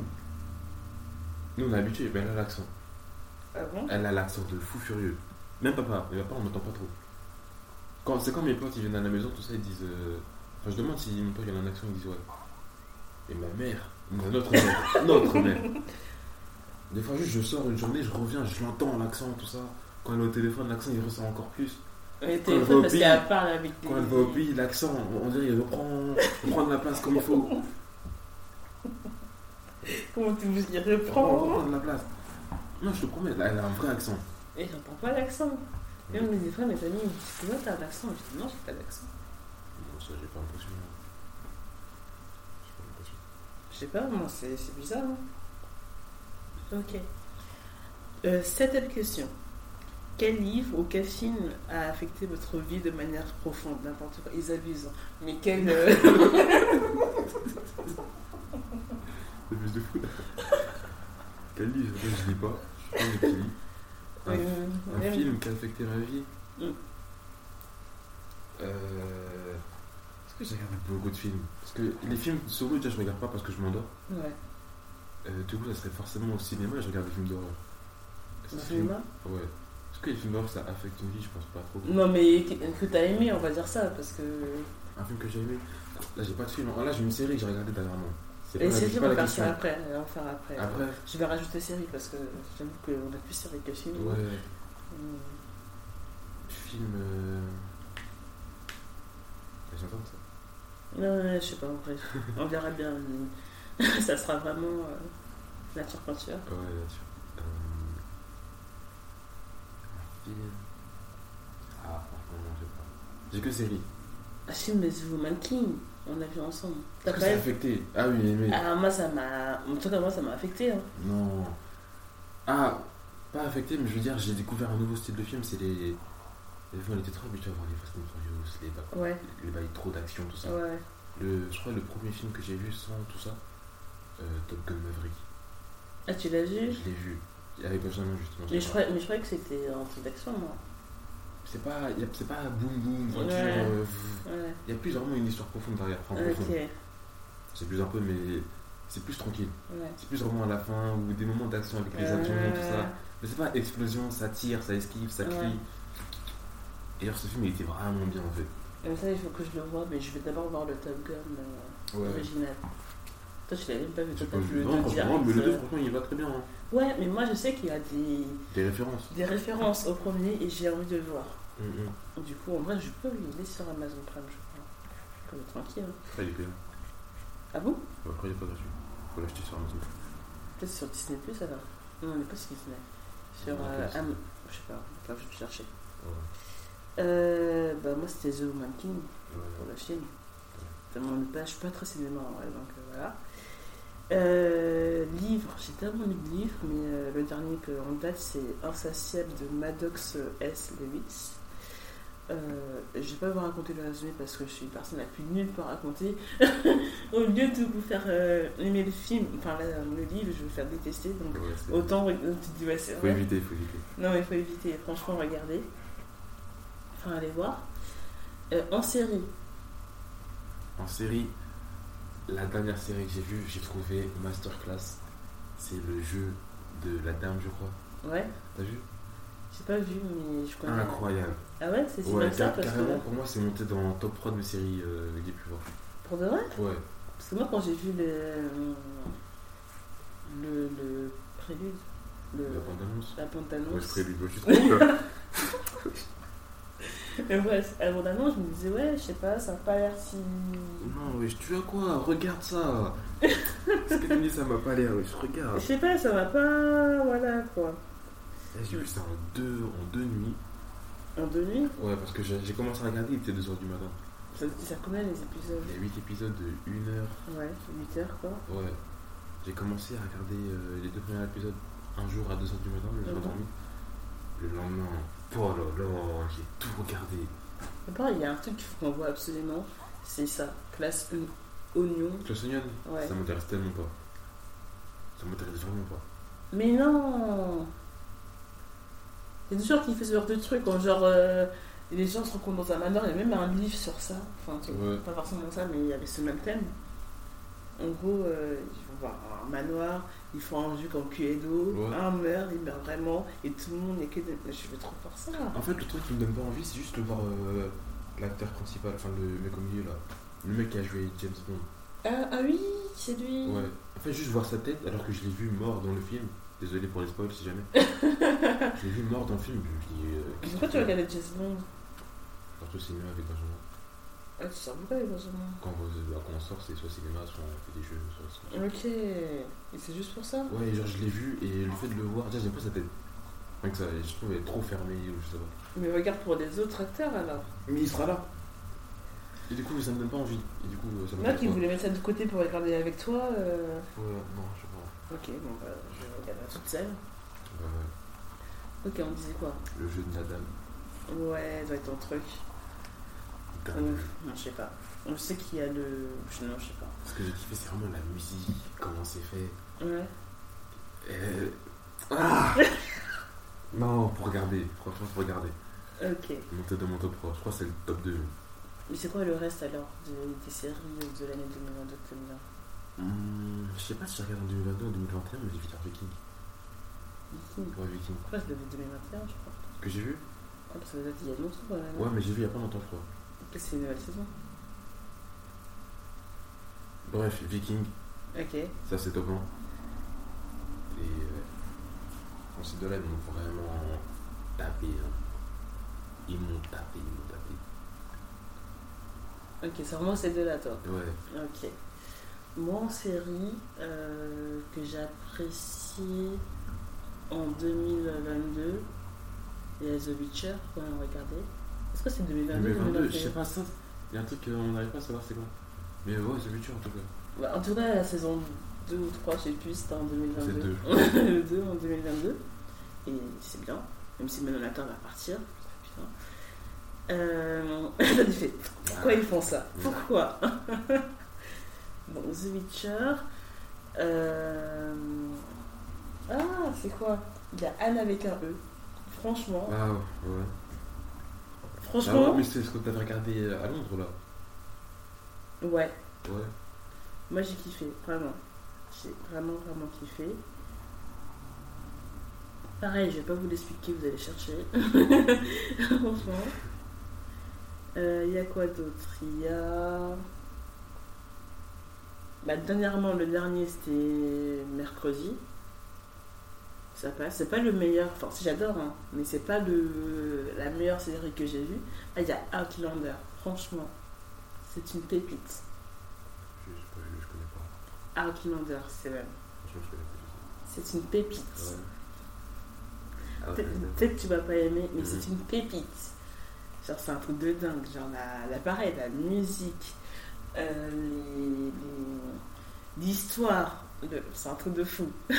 Nous on est habitués, mais elle a l'accent. Ah bon Elle a l'accent de fou furieux. Même papa, mais papa on n'entend pas trop. Quand, c'est quand mes potes ils viennent à la maison, tout ça ils disent. euh, Enfin je demande si mon père il a un accent, ils disent ouais. Et ma mère, non, notre mère, notre mère. Des fois juste je sors une journée, je reviens, je l'entends l'accent, tout ça. Quand elle est au téléphone, l'accent il ressort encore plus. Mais Quand elle va téléphone, au parce pays- qu'elle parle avec des- Quand elle va au pays, l'accent, on dirait il reprend, reprend de la place comme il faut. Comment tu vous y Reprend, reprends reprend de la place. Non, je te promets, elle a- elle a un vrai accent. Et j'entends pas l'accent. Et on me dit des fois, mes amis me disent Comment t'as un accent Je dis Non, j'ai pas d'accent. Bon, ça, j'ai pas l'impression. hein. J'ai pas l'impression. Je sais pas, moi, c'est c'est bizarre. hein. Ok. Euh, septième question. Quel livre ou quel film a affecté votre vie de manière profonde N'importe quoi, ils abusent. Mais quel. euh, C'est plus de fou. Quel livre Moi, Je lis pas. Je suis pas un petit lit. Un, euh, un même- film qui a affecté ma vie. Mm. Euh, Est-ce que j'ai regardé beaucoup de films Parce que les films, solo, déjà, je regarde pas parce que je m'endors. Ouais. Euh, du coup, ça serait forcément au cinéma et je regarde des films d'horreur. Dans le Est-ce que- cinéma Ouais. Est-ce que les films d'horreur, ça affecte une vie Je pense pas trop. Non, mais que, que t'as aimé, on va dire ça, parce que. Un film que j'ai aimé Là, j'ai pas de film. Ah, là, j'ai une série que j'ai regardée dernièrement. C'est Et la- c'est c'est film, on va faire la question. Ah ça après. On va en faire après. Après, Je vais rajouter série, parce que j'avoue qu'on a plus série que film. ouais. Hum. Film. Euh... J'ai entendu ça. Non, non, je sais pas, en vrai. On verra bien. mais ça sera vraiment euh, nature peinture. Ouais, bien sûr. Euh... Un film. Ah, franchement, non, je sais pas. J'ai que série. Ah, film mais The Woman King. on l'a fait ensemble. T'as Est-ce que pas ça a eu- affecté Ah oui, mais. Ah, moi, ça m'a. En tout cas, moi, ça m'a affecté. hein. Non. Ah, pas affecté, mais je veux dire, j'ai découvert un nouveau style de film, c'est les. les fois, on était trop habitué à voir les Fast and Furious, les bails, Ouais, les bails trop d'action, tout ça. ouais. Le, je crois le premier film que j'ai vu sans tout ça, euh, Top Gun Maverick. Ah, tu l'as Je vu l'ai vu avec Benjamin justement. mais je, croyais, mais je croyais que c'était un truc d'action, moi. C'est pas, y a- c'est pas boum boum voiture. Ouais. euh, Ouais. Il y a plus vraiment une histoire profonde derrière. Enfin, Ok, profonde. ouais. C'est plus un peu, mais c'est plus tranquille. C'est plus vraiment à la fin ou des moments d'action avec les avions, tout ça. Ah. Mais c'est pas explosion, ça tire, ça esquive, ça crie. Ouais. Et alors ce film il était vraiment bien en fait. Comme ça, il faut que je le vois, mais je vais d'abord voir le Top Gun euh, original. Toi, tu l'avais même pas vu, Je toi, sais t'as pas, vu le deux non, franchement, mais le direct. euh. 2 franchement il va très bien. hein. Ouais, mais moi, je sais qu'il y a des, Des références. des références au premier et j'ai envie de le voir. Hum, hum. Du coup, en vrai, je peux il est sur Amazon Prime, je crois. Je peux le tranquille. hein. Après il est payant. Ah bon Après il est pas gratuit. Faut l'acheter sur Amazon. Peut-être sur Disney Plus alors Non, on n'est pas sur Disney. Sur. Ouais, euh, Disney. Am- Je sais pas, enfin, je vais chercher. Ouais. Euh, bah, moi, c'était The Woman King. pour Ouais. la chaîne. Tellement de pages, je suis pas très cinéma en vrai, donc euh, voilà. Euh, livre, j'ai tellement lu de livres, mais euh, le dernier que en date c'est Insatiable de Maddox S. Lewis. Euh, je vais pas vous raconter le résumé parce que je suis une personne la plus nulle pour raconter. Au lieu de vous faire euh, aimer le film, enfin la- le livre, je vais vous faire détester. Donc Ouais, c'est- autant re- tu te dis ouais c'est Faut vrai. éviter, faut éviter. Non, mais il faut éviter, franchement, regardez. Enfin, allez voir. Euh, en série, En série, la dernière série que j'ai vue, j'ai trouvé Masterclass. C'est le jeu de la dame, je crois. ouais. T'as vu J'ai pas vu, mais je connais. Incroyable. Ah ouais, c'est c'est Ouais, comme ça car- parce que. carrément, pour moi, c'est monté dans top 3 de mes séries euh, les plus fortes. Pour de vrai Ouais. Parce que moi, quand j'ai vu le. Le. Le prélude. Le. La bande-annonce. La Ouais, je bande-annonce. prélude, ouais, je suis trop quoi. Mais ouais, la bande-annonce, je me disais, ouais, je sais pas, ça a pas l'air si. Oh Non, wesh, tu as quoi Regarde ça Ce que tu dis, ça m'a pas l'air, wesh, regarde. Je sais pas, ça va pas. Voilà quoi. Là, Eh, J'ai vu ça en deux, en deux nuits. En deux nuits, Ouais, parce que j'ai j'ai commencé à regarder, il était 2h du matin. ça, ça combien les épisodes Il y a 8 épisodes de 1 heure. Ouais, 8 heures quoi. Ouais. J'ai commencé à regarder euh, les deux premiers épisodes un jour à 2h du matin, je me suis Mhm. endormi. Le lendemain, oh là là, j'ai tout regardé. D'abord, il y a un truc qu'il faut qu'on voit absolument, c'est ça. Classe une oignon. Classe Onion, Ouais. ça m'intéresse tellement pas. Ça m'intéresse vraiment pas. Mais non C'est toujours qu'il fait ce genre de truc, quand genre euh, les gens se rencontrent dans un manoir, il y a même un livre sur ça, enfin tu- Ouais. pas forcément ça, mais il y avait ce même thème. En gros, euh, ils vont voir un manoir, ils font un jus comme cul et d'eau, Ouais. un meurt, il meurt vraiment, et tout le monde n'est que des... Mais Je vais trop faire ça En fait, le truc qui me donne pas envie, c'est juste de voir euh, l'acteur principal, enfin le mec au milieu là. Le mec qui a joué James Bond. Ah, ah oui, c'est lui Ouais. En fait, juste voir sa tête alors que je l'ai vu mort dans le film. Désolé pour les spoils si jamais. je l'ai vu mort dans le film. Je me dis. euh, Mais qu'est-ce Pourquoi que tu c'est regardes James Bond Surtout cinéma avec Benjamin. ah, Tu sors pas les gens. Quand, vous- bah, quand on sort, c'est soit cinéma, soit on fait des jeux, soit. soit- Ok, et c'est juste pour ça Ouais, genre je l'ai vu et le fait de le voir, déjà j'aime pas sa tête. Rien que ça, je trouve elle est trop fermée ou je sais pas. Mais regarde pour les autres acteurs alors Mais il sera là. Et du coup, ça me donne pas envie. Et du coup, ça me Moi donne qui voulais mettre ça de côté pour regarder avec toi. euh, Ouais, non, je sais pas. Ok, bon bah je vais regarder toute seule. Euh, Ok, on disait quoi le jeu de la dame. Ouais, ça doit être un truc. Ouf, non, je sais pas. On sait qu'il y a le. je- Non, je sais pas. Ce que j'ai kiffé, c'est vraiment la musique, comment c'est fait. Ouais. Euh, ah non, faut regarder. Franchement, faut regarder. Ok. Monté dans mon top 3. Je crois que c'est le top 2. Mais c'est quoi le reste alors de- des séries de l'année 2022 que t'aimes bien Hum, je sais pas si j'ai regardé en 2022 ou en 2021, mais j'ai vu Viking. Viking. Ouais, Viking. Pourquoi je l'avais 2021, je crois Que j'ai vu Ah, parce que ça date il y a longtemps quand même. Ouais, mais j'ai vu il y a pas longtemps, je crois. Peut-être c'est une nouvelle saison. Bref, Viking, Ok. ça c'est top 1. Et. Euh, bon, ces deux-là, ils m'ont vraiment tapé. hein. Ils m'ont tapé, ils m'ont tapé. Ok, c'est vraiment ces deux-là, toi. Ouais. Ok. Moi, en série euh, que j'apprécie en 2022, il y a The Witcher qu'on a regardé. Est-ce que c'est 2022 2022, je 2021? sais pas ça. Il y a un truc qu'on n'arrive pas à savoir c'est quoi. Mais ouais, c'est futur en tout cas. Bah, en tout cas, la saison 2 ou 3, je sais plus, c'était en 2022. C'est deux. le 2 en 2022. Et c'est bien, même si Manon Latin va partir. Putain. Euh, j'en ai fait, pourquoi ils font ça Pourquoi Bon, The Witcher. euh, Ah, c'est quoi Il y a Anne avec un E. Franchement, Ah ouais. ouais. Ah ouais, franchement, mais c'est ce que t'avais regardé euh, à Londres là. ouais. Ouais. Moi j'ai kiffé, vraiment. J'ai vraiment, vraiment kiffé. Pareil, je vais pas vous l'expliquer, vous allez chercher. Franchement. Euh, Il y a quoi d'autre Il y a. Bah, dernièrement, le dernier c'était mercredi. Ça passe. C'est pas le meilleur. Enfin, si j'adore, hein, mais c'est pas le... la meilleure série que j'ai vue. Ah, il y a Outlander. Franchement, c'est une pépite. Je, je, je- je connais pas. Outlander, c'est même. Franchement, je connais pas. C'est une pépite. du tout. Ouais. Ah ouais, Pe- je connais pas. Peut-être tu vas pas aimer, mais Mhm. c'est une pépite. Genre, c'est un truc de dingue. Genre, la, la pareil, la musique, euh, les- les- l'histoire, le- c'est un truc de fou.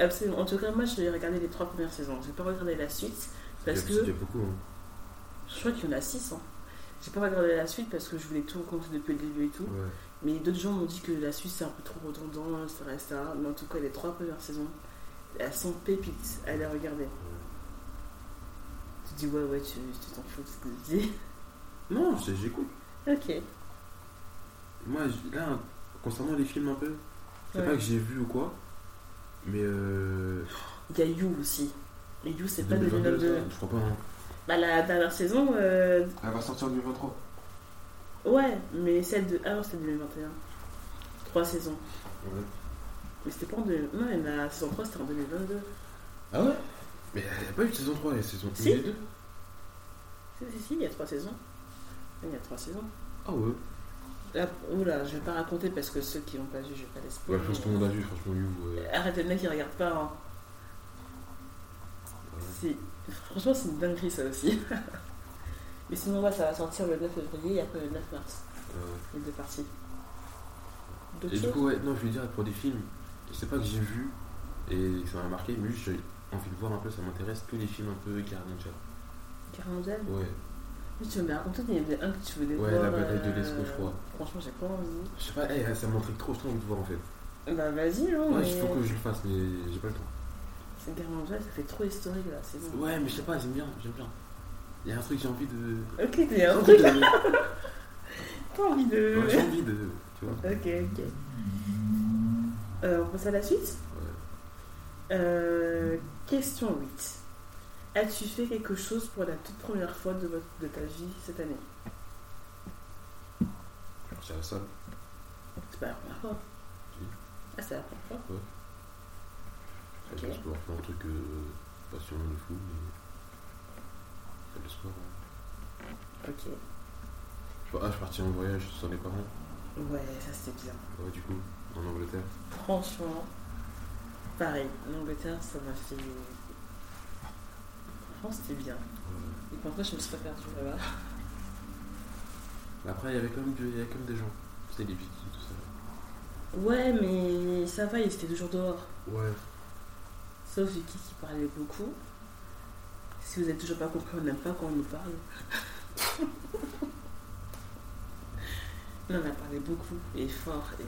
Absolument. En tout cas, moi, je vais regarder les trois premières saisons. Je vais pas regarder la suite parce Il y a- que il y a beaucoup. hein. je crois qu'il y en a six. Hein. J'ai pas regardé la suite parce que je voulais tout raconter depuis le début et tout. Ouais. Mais d'autres gens m'ont dit que la Suisse c'est un peu trop redondant, etc., etc. Mais en tout cas, les trois premières saisons, elles sont pépites. Allez regarder. Tu dis ouais, ouais, tu tu t'en fous de ce que je dis. Non, c'est- j'écoute. ok. Moi, j- là, concernant les films un peu, c'est Ouais. pas que j'ai vu ou quoi, mais euh. Il y a You aussi. Mais You, c'est pas 2022, 2022. ça, Je crois pas. hein. Bah, la dernière saison, euh, Elle va sortir en 2023. ouais, mais celle de avant, c'était 2021. Trois saisons. Ouais. Mais c'était pas en 2000. Non, mais la saison 3, c'était en 2022. Ah ouais Mais il n'y a pas eu de saison 3, il y a saison 1 Si. et 2. Si, si, si, il y a trois saisons. Il y a trois saisons. Ah ouais Là, Ah, oula, je vais pas raconter parce que ceux qui n'ont pas vu, je vais pas les spoiler. Ouais, je pense que tout le monde a vu, franchement, You. ouais. Arrête le mec, il regarde pas. hein. C'est- Franchement, c'est une dinguerie ça aussi. Mais sinon, ouais, ça va sortir le 9 février et après le 9 mars. Euh, Les deux parties. D'autres Et du choses coup, ouais, non, je veux dire, pour des films, je sais pas que j'ai vu et que ça m'a marqué, mais juste j'ai envie de voir un peu, ça m'intéresse, tous les films un peu Carnature. Caramel Ouais, Mais tu m'as raconté qu'il y en avait un que tu voulais ouais, voir. la bataille de euh, l'Escaut, je crois. Franchement, j'ai pas envie. Je sais pas, eh, ça m'intrigue trop, j'ai trop envie de voir en fait. Bah vas-y, hein. Ouais, mais... il faut que je le fasse, mais j'ai pas le temps. C'est Guerre mondiale, ça fait trop historique là, c'est bon. Ouais, mais je sais pas, j'aime bien, j'aime bien. Il y a un truc, j'ai envie de. Ok, t'es un J'ai truc, envie de- pas envie de. Ouais, j'ai envie de. Tu vois ok, ok. Euh, on passe à la suite Ouais. Euh, question 8. As-tu fait quelque chose pour la toute première fois de, votre, de ta vie cette année Alors, c'est à ça. C'est pas la première fois. Si. Ah, c'est la première fois Avec Ok. le sport, enfin, un truc euh, pas sur le fou, mais. Avec le sport. ouais. Ok. Je, sais pas, ah, je suis parti en voyage sans mes parents, Ouais, ça c'était bien. ouais, du coup, en Angleterre. Franchement, pareil. L'Angleterre, ça m'a fait. Franchement, c'était bien. Ouais. Et parfois, je me suis pas perdue là-bas. Mais Après, il y avait quand même, du- il y avait quand même des gens. C'était les petits, tout ça. Ouais, mais ça va, ils étaient toujours dehors. Ouais. Sauf Vicky qui parlait beaucoup. Si vous n'avez toujours pas compris, on n'aime pas quand on nous parle. non, on a parlé beaucoup et fort. Et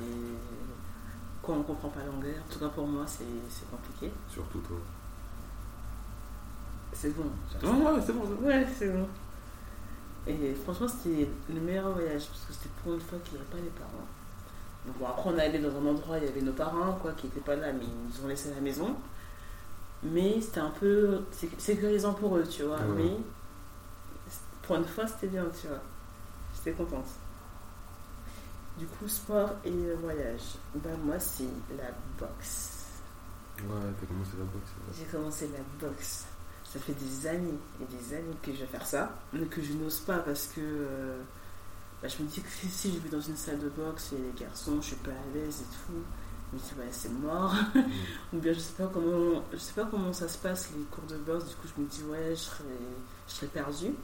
quand on ne comprend pas l'anglais, en tout cas pour moi, c'est c'est compliqué. Surtout toi. C'est bon. genre, Ouais, ouais, c'est bon, c'est bon. Ouais, c'est bon. Et franchement, c'était le meilleur voyage parce que c'était pour une fois qu'il n'y avait pas les parents. Donc, bon, après, on est allé dans un endroit, il y avait nos parents quoi, qui n'étaient pas là, mais ils nous ont laissé à la maison. Mais c'était un peu sé- sécurisant pour eux, tu vois. Ouais. Mais c- pour une fois, c'était bien, tu vois. J'étais contente. Du coup, sport et euh, voyage. Ben, moi, c'est la boxe. Ouais, t'as commencé la boxe. ouais. J'ai commencé la boxe. Ça fait des années et des années que je vais faire ça, mais que je n'ose pas parce que euh, bah, je me dis que si- si je vais dans une salle de boxe, il y a des garçons, je suis pas à l'aise et tout. Je me dis, ouais, c'est mort. Ou bien je sais pas comment je sais pas comment ça se passe les cours de boxe, du coup je me dis ouais je serais, je serais perdue.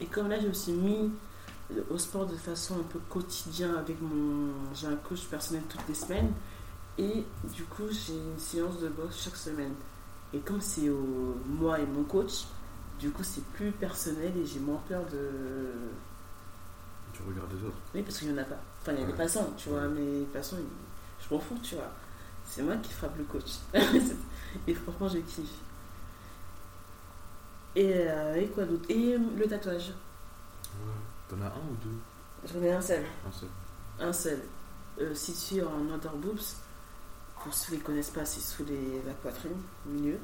Et comme là je me suis mis euh, au sport de façon un peu quotidienne avec mon. J'ai un coach personnel toutes les semaines. Et du coup, j'ai une séance de boxe chaque semaine. Et comme c'est au- moi et mon coach, du coup, c'est plus personnel et j'ai moins peur de. Tu regardes les autres. Oui, parce qu'il n'y en a pas. Enfin, il y a des Ouais. passants, tu vois, Ouais. mais les passants, ils- je m'en fous, tu vois. C'est moi qui frappe le coach. C'est- et franchement, je kiffe. Et, euh, et quoi d'autre Et euh, le tatouage. Ouais. T'en as un ou deux J'en ai un seul. Un seul. Un seul. Euh, situé en under boobs. Pour ceux qui ne connaissent pas, c'est sous les, la poitrine, au milieu.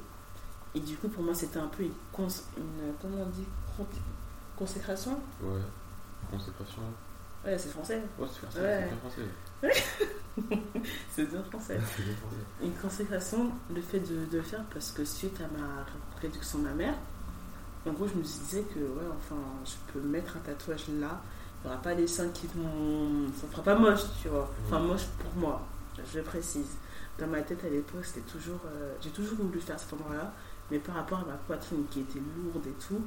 Et du coup, pour moi, c'était un peu une, cons- une comment on dit, Con- consécration. Ouais. Consécration. Ouais, c'est français. Ouais, c'est français. Ouais. C'est bien français. C'est bien français. C'est bien français. Une consécration, le fait de, de le faire parce que suite à ma réduction de ma mère, en gros, je me disais que, ouais, enfin, je peux mettre un tatouage là, il n'y aura pas les seins qui vont. Ça ne fera pas moche, tu vois. Enfin, Ouais. moche pour moi, je le précise. Dans ma tête à l'époque, c'était toujours. euh, J'ai toujours voulu faire cet endroit-là, mais par rapport à ma poitrine qui était lourde et tout,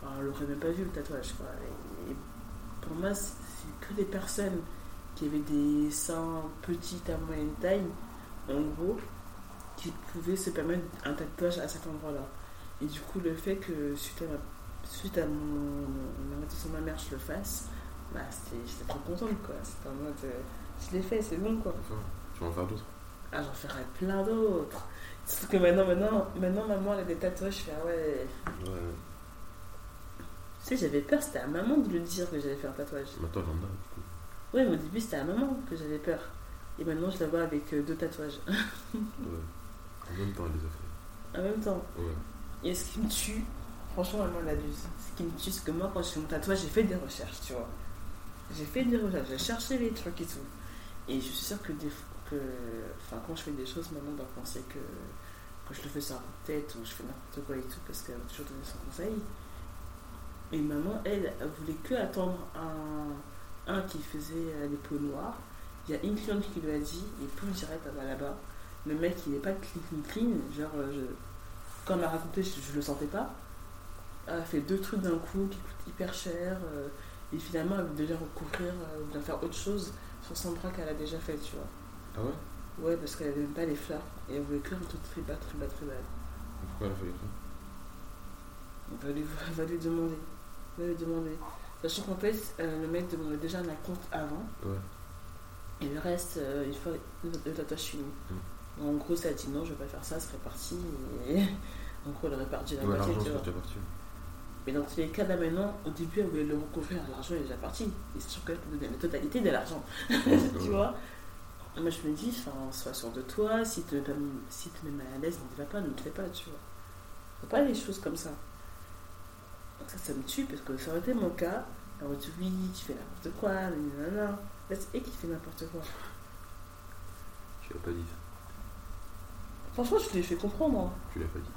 ben, on l'aurait même pas vu le tatouage, quoi. Et, et pour moi, c'est c'est que des personnes qui avaient des seins petits à moyenne taille en gros, qui pouvait se permettre un tatouage à cet endroit-là. Et du coup, le fait que suite à, ma- suite à mon la réduction de ma mère, je le fasse, bah, c'était- j'étais trop contente, quoi. C'était en mode, euh, je l'ai fait, c'est bon, quoi. Enfin, tu vas en faire d'autres. Ah, j'en ferai plein d'autres. Surtout que maintenant, maintenant, maintenant, maman, elle a des tatouages, je fais, ah ouais. Ouais. Tu sais, j'avais peur, c'était à maman de le dire que j'allais faire un tatouage. Maintenant, elle en a, du coup. Ouais, mais au début, c'était à maman que j'avais peur. Et maintenant, je la vois avec euh, deux tatouages Ouais. En même temps, elle les a fait. en même temps. Ouais. Et ce qui me tue, franchement, maman l'abuse. Ce qui me tue, c'est que moi, quand je fais mon tatouage, j'ai fait des recherches, tu vois. J'ai fait des recherches, j'ai cherché les trucs et tout. Et je suis sûre que, des, fois- que enfin, quand je fais des choses, maman doit penser que, que je le fais sur la tête ou je fais n'importe quoi et tout, parce qu'elle m'a toujours donné son conseil. Et maman, elle, elle voulait que attendre un, un qui faisait euh, les peaux noires. Il y a une cliente qui lui a dit, et plus direct, ah bah là-bas, le mec, il n'est pas clean, clean, genre, euh, je, quand elle m'a raconté, je, je le sentais pas. Elle a fait deux trucs d'un coup qui coûtent hyper cher. euh, et finalement, elle veut déjà recourir euh, ou bien faire autre chose sur son bras qu'elle a déjà fait, tu vois. Ah ouais Ouais, parce qu'elle n'aime pas les fleurs. Et elle voulait que un truc très bas, très bas, très bas. Pourquoi elle a fait les trucs On va lui, on va lui demander. On va lui demander. Sachant qu'en fait, euh, le mec demandait déjà un compte avant. Ouais. Et le reste, euh, une fois le le tatouage fini. Mm. En gros, ça a dit non, je vais pas faire ça, c'est réparti. Et... En gros, elle aurait perdu la Ouais, moitié, l'argent, tu c'est vois. déjà parti. Mais dans tous les cas, là maintenant, au début, elle voulait le recouvrir, l'argent est déjà parti. Et c'est sûr qu'elle te donnait la totalité de l'argent, tu vois. Moi, je me dis, enfin, sois sûr de toi, si tu te, si tu te mets mal à l'aise, ne te va pas, ne te fais pas, tu vois. Faut pas les choses comme ça. Ça, ça me tue, parce que ça aurait été mon cas. Elle aurait dit, oui, tu fais n'importe quoi, nanana. Là, c'est elle qui fait n'importe quoi. Tu l'as pas dit. Franchement, je l'ai fait comprendre. hein. Tu l'as pas dit.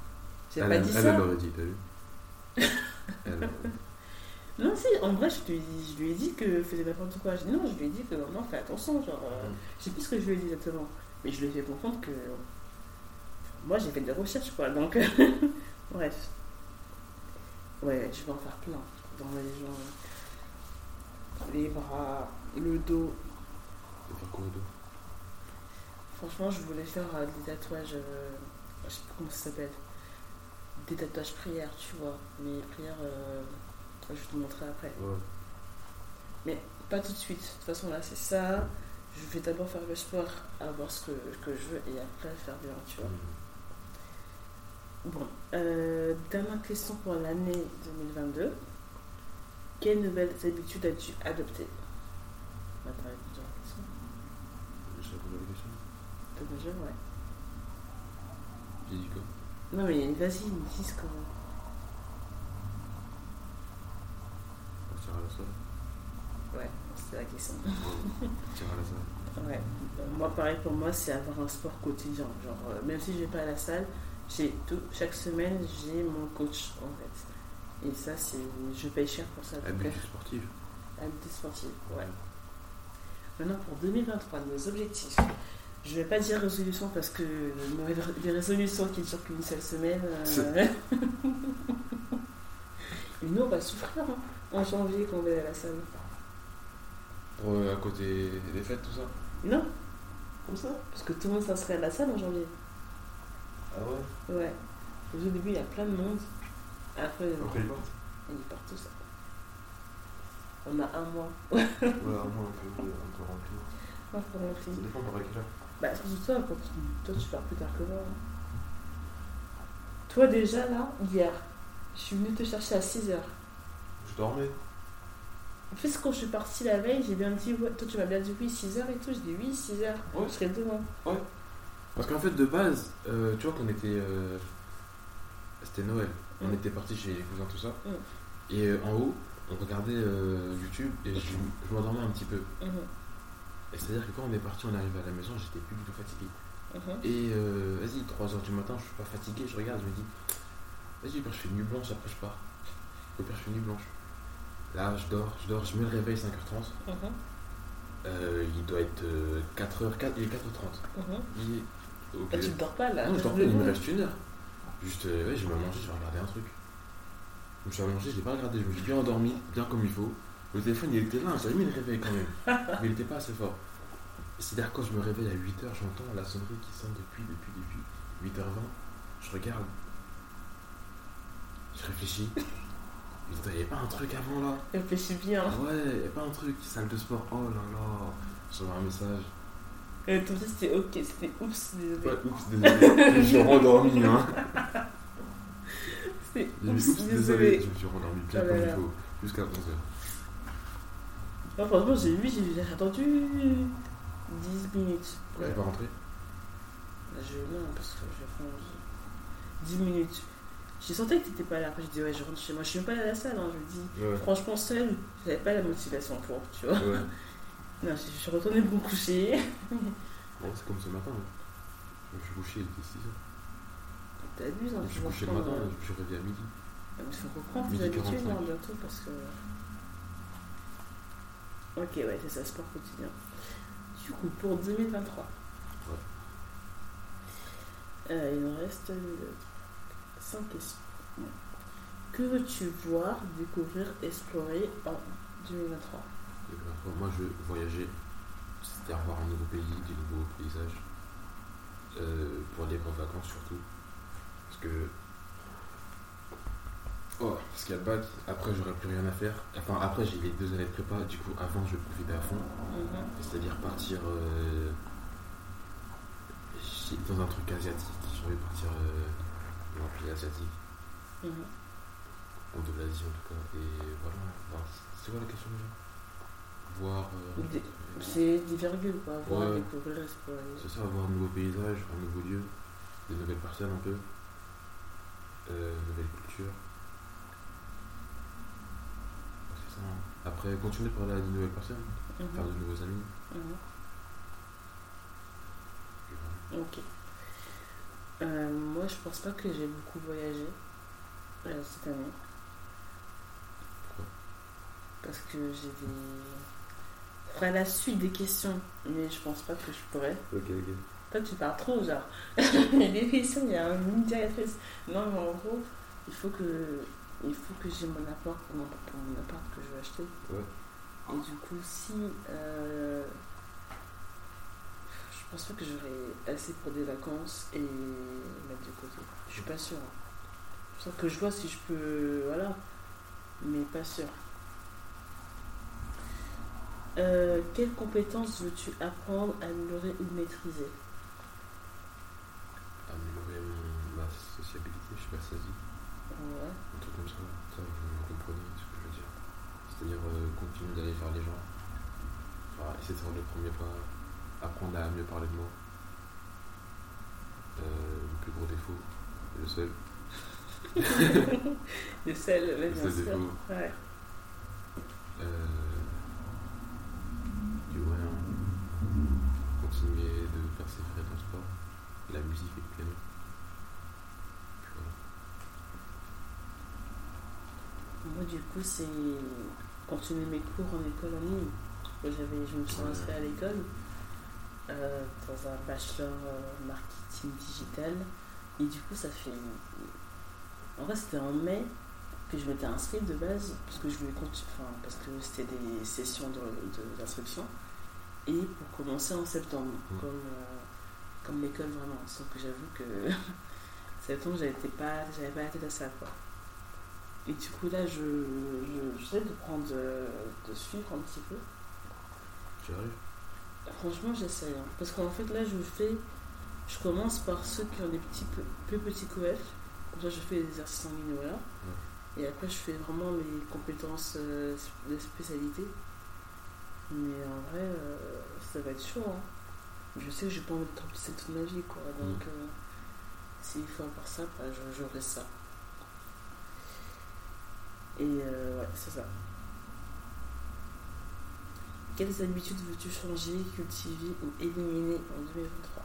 J'ai elle, pas elle, dit elle, ça. elle l'aurait dit, t'as vu Elle euh, l'aurait dit. Non, si, en vrai, je lui, je lui ai dit que faisait n'importe quoi. J'ai dit non, je lui ai dit que maman, fais attention. Genre, euh, Mm. je sais plus ce que je lui ai dit exactement. Mais je lui ai fait comprendre que. Moi, j'ai fait des recherches, quoi. Donc, bref. Ouais, je vais en faire plein. Dans les jambes, les bras, le dos. T'as fait quoi d'autre Franchement, je voulais faire euh, des tatouages. euh, je sais plus comment ça s'appelle. Des tatouages prières, tu vois. Mais prières, euh, je vais te montrer après. Ouais. Pas tout de suite. De toute façon, là, c'est ça. Je vais d'abord faire le sport, avoir ce que, que je veux et après faire bien, tu vois. Mm. Bon, euh, dernière question pour l'année 2022. Quelles nouvelles habitudes as-tu adoptées Bah, Attends, j'ai plusieurs questions. J'ai répondu à la question. T'as déjà, ouais. J'ai dit quoi Non, mais vas-y, dis ce qu'on- Partir à la salle Ouais, c'est la question. Ouais. Partir à la salle. Ouais. Euh, Moi, pareil, pour moi, c'est avoir un sport quotidien. Genre, euh, même si je vais pas à la salle, j'ai tout. Chaque semaine, j'ai mon coach, en fait. Et ça, c'est. Je paye cher pour ça. donc, Habitude sportive. euh, habitude sportive, ouais. Maintenant, pour 2023, nos objectifs. Je vais pas dire résolution parce que euh, les résolutions qui durent qu'une seule semaine. euh, Et nous, on va souffrir hein, en janvier quand on va à la salle. Pour euh, à côté des fêtes, tout ça Non, comme ça. Parce que tout le monde s'inscrit à la salle en janvier. Ah ouais Ouais. Au début, il y a plein de monde. Après, Après les portes ils partent tous. On a un mois. Ouais, moi un peu, un peu rempli. Non, faut qu'on finisse. dépend par quelle heure. Bah, surtout toi, parce que toi, tu pars plus tard que moi. hein. Toi, déjà, là, hier, je suis venue te chercher à 6h. Je dormais. En fait, quand je suis partie la veille, j'ai bien dit, ouais, toi, tu m'as bien dit oui, 6h et tout. Je dis oui, 6h. Ouais. Je serai demain. Parce qu'en fait, de base, euh, tu vois qu'on était. euh, C'était Noël. On Mm. était parti chez les cousins, tout ça. Mm. Et euh, en haut, on regardait euh, YouTube et je, je m'endormais un petit peu. Mhm, Et c'est-à-dire que quand on est parti, on arrive à la maison, j'étais plus du tout fatigué. mhm. Et euh, vas-y, 3h du matin, je suis pas fatigué, je regarde, je me dis, vas-y, au pire, je fais nuit blanche, après je pars. Au pire, je fais nuit blanche. Là, je dors, je dors, je me réveille 5h30. Mhm, Euh, il doit être 4h, 4, il est 4h30. mhm. Il est. Ok. Bah, tu ne dors pas là Non, je t'as t'en prie, il me besoin. reste une heure. Juste, euh, ouais, je vais manger, je vais regarder un truc. Je me suis allongé, je l'ai pas regardé, je me suis bien endormi, bien comme il faut. Le téléphone, il était là, j'avais mis le réveil quand même. Mais il était pas assez fort. C'est-à-dire, quand je me réveille à 8h, j'entends la sonnerie qui sonne depuis, depuis, depuis 8h20. Je regarde. Je réfléchis. Mais attends, il n'y avait pas un truc avant là Réfléchis bien. Ah ouais, il n'y avait pas un truc, salle de sport, oh là là. J'envoie un message. Et ton fils, c'était ok, c'était oups, désolé. Ouais, oups, désolé, je me suis rendormi hein. C'était Et oups, oups, désolé. désolé, je me suis rendormi bien Oh là comme il là. faut, jusqu'à 11h. Non, franchement, j'ai vu, j'ai j'ai attendu 10 minutes. Ouais, pas rentré Bah, Je, non, parce que je prends 10 minutes. J'ai senti que t'étais pas là. Après, je dis, ouais, je rentre chez moi. Je suis même pas allée à la salle, hein, je le dis. Ouais, Franchement, seule, j'avais pas la motivation pour, tu vois. ouais. Non, je, je suis retournée me coucher. Bon, c'est comme ce matin. hein. Je me suis couché, il était 6h. T'abuses, hein. Je me suis couché le reprends, matin, euh, je me suis réveillé à midi. Il faut reprendre Midi tes habitudes 45. hein, bientôt parce que. Ok, ouais, c'est ça, sport quotidien. Du coup, pour 2023. Euh, il nous reste 5 questions. Ouais. Que veux-tu voir, découvrir, explorer en 2023 Et puis après, moi, je voyageais. C'était à voir un nouveau pays, des nouveaux paysages. Euh, pour les grandes vacances, surtout. Parce que. Oh, parce qu'il y a le bac, après, j'aurais plus rien à faire. Enfin, après, j'ai les deux années de prépa, du coup, avant, je profitais à fond. Mhm. C'est-à-dire partir euh, chez- dans un truc asiatique. J'ai envie de partir euh, dans un pays asiatique, Mhm. ou de l'Asie en tout cas. Et voilà. Enfin, c'est quoi la question déjà Voir. euh, Des- euh, C'est des virgules, quoi. Voir, Ouais. découvrir, explorer. c'est ça, voir un nouveau paysage, un nouveau lieu, de nouvelles personnes un peu, euh, une nouvelle culture. C'est ça. hein. Après, continuer de parler à de nouvelles personnes, Mhm. faire de nouveaux amis. Mhm. Et voilà. Ok. Euh, moi, je pense pas que j'ai beaucoup voyagé euh, cette année. Pourquoi Parce que j'ai des. Enfin, la suite des questions, mais je pense pas que je pourrais. Ok, ok. Toi, tu parles trop, genre. les questions, il y a une directrice. Non, mais en gros, il faut que. Il faut que j'ai mon apport pour mon, pour mon appart que je veux acheter. Et du coup, si. euh, je pense pas que j'aurai assez pour des vacances et mettre de côté. Je suis pas sûre. Sauf que je vois si je peux. Voilà. Mais pas sûre. Euh, quelles compétences veux-tu apprendre, améliorer ou maîtriser améliorer mon- ma sociabilité, je sais pas si ça se dit, Ouais. un truc comme ça, ça vous vous comprenez ce que je veux dire. C'est-à-dire euh, continuer d'aller vers les gens, Enfin, essayer de faire le premier pas, apprendre à mieux parler de moi. Euh, le plus gros défaut, le seul, Le sel, ouais, le bien seul sûr. défaut. Ouais. Euh, du moins, continuer de persévérer dans le sport, la musique et le piano. Puis voilà. Moi, du coup, c'est continuer mes cours en école en ligne. Moi, J'avais, je me suis Ouais. inscrite à l'école euh, dans un bachelor euh, marketing digital. Et du coup, ça fait. En vrai, c'était en mai que je m'étais inscrite de base, parce que je voulais continuer, enfin, parce que c'était des sessions de- de- d'inscription, et pour commencer en septembre, Mhm. comme, euh, comme l'école vraiment. Sauf que j'avoue que septembre, j'avais été pas, j'avais pas la tête à ça, quoi. Et du coup, là, je, je, j'essaie de prendre, euh, de suivre un petit peu. Tu arrives Franchement, j'essaie. hein. Parce qu'en fait, là, je fais. Je commence par ceux qui ont des petits, peu, peu petits coef. Comme ça, je fais les exercices en ligne, voilà. Et après, je fais vraiment mes compétences euh, de spécialité. Mais en vrai, euh, ça va être chaud. hein. Je sais que j'ai pas envie de trampousser toute ma vie, quoi. Donc, euh, s'il faut avoir ça, bah, je- j'aurai ça. Et euh, ouais, c'est ça. Quelles habitudes veux-tu changer, cultiver ou éliminer en 2023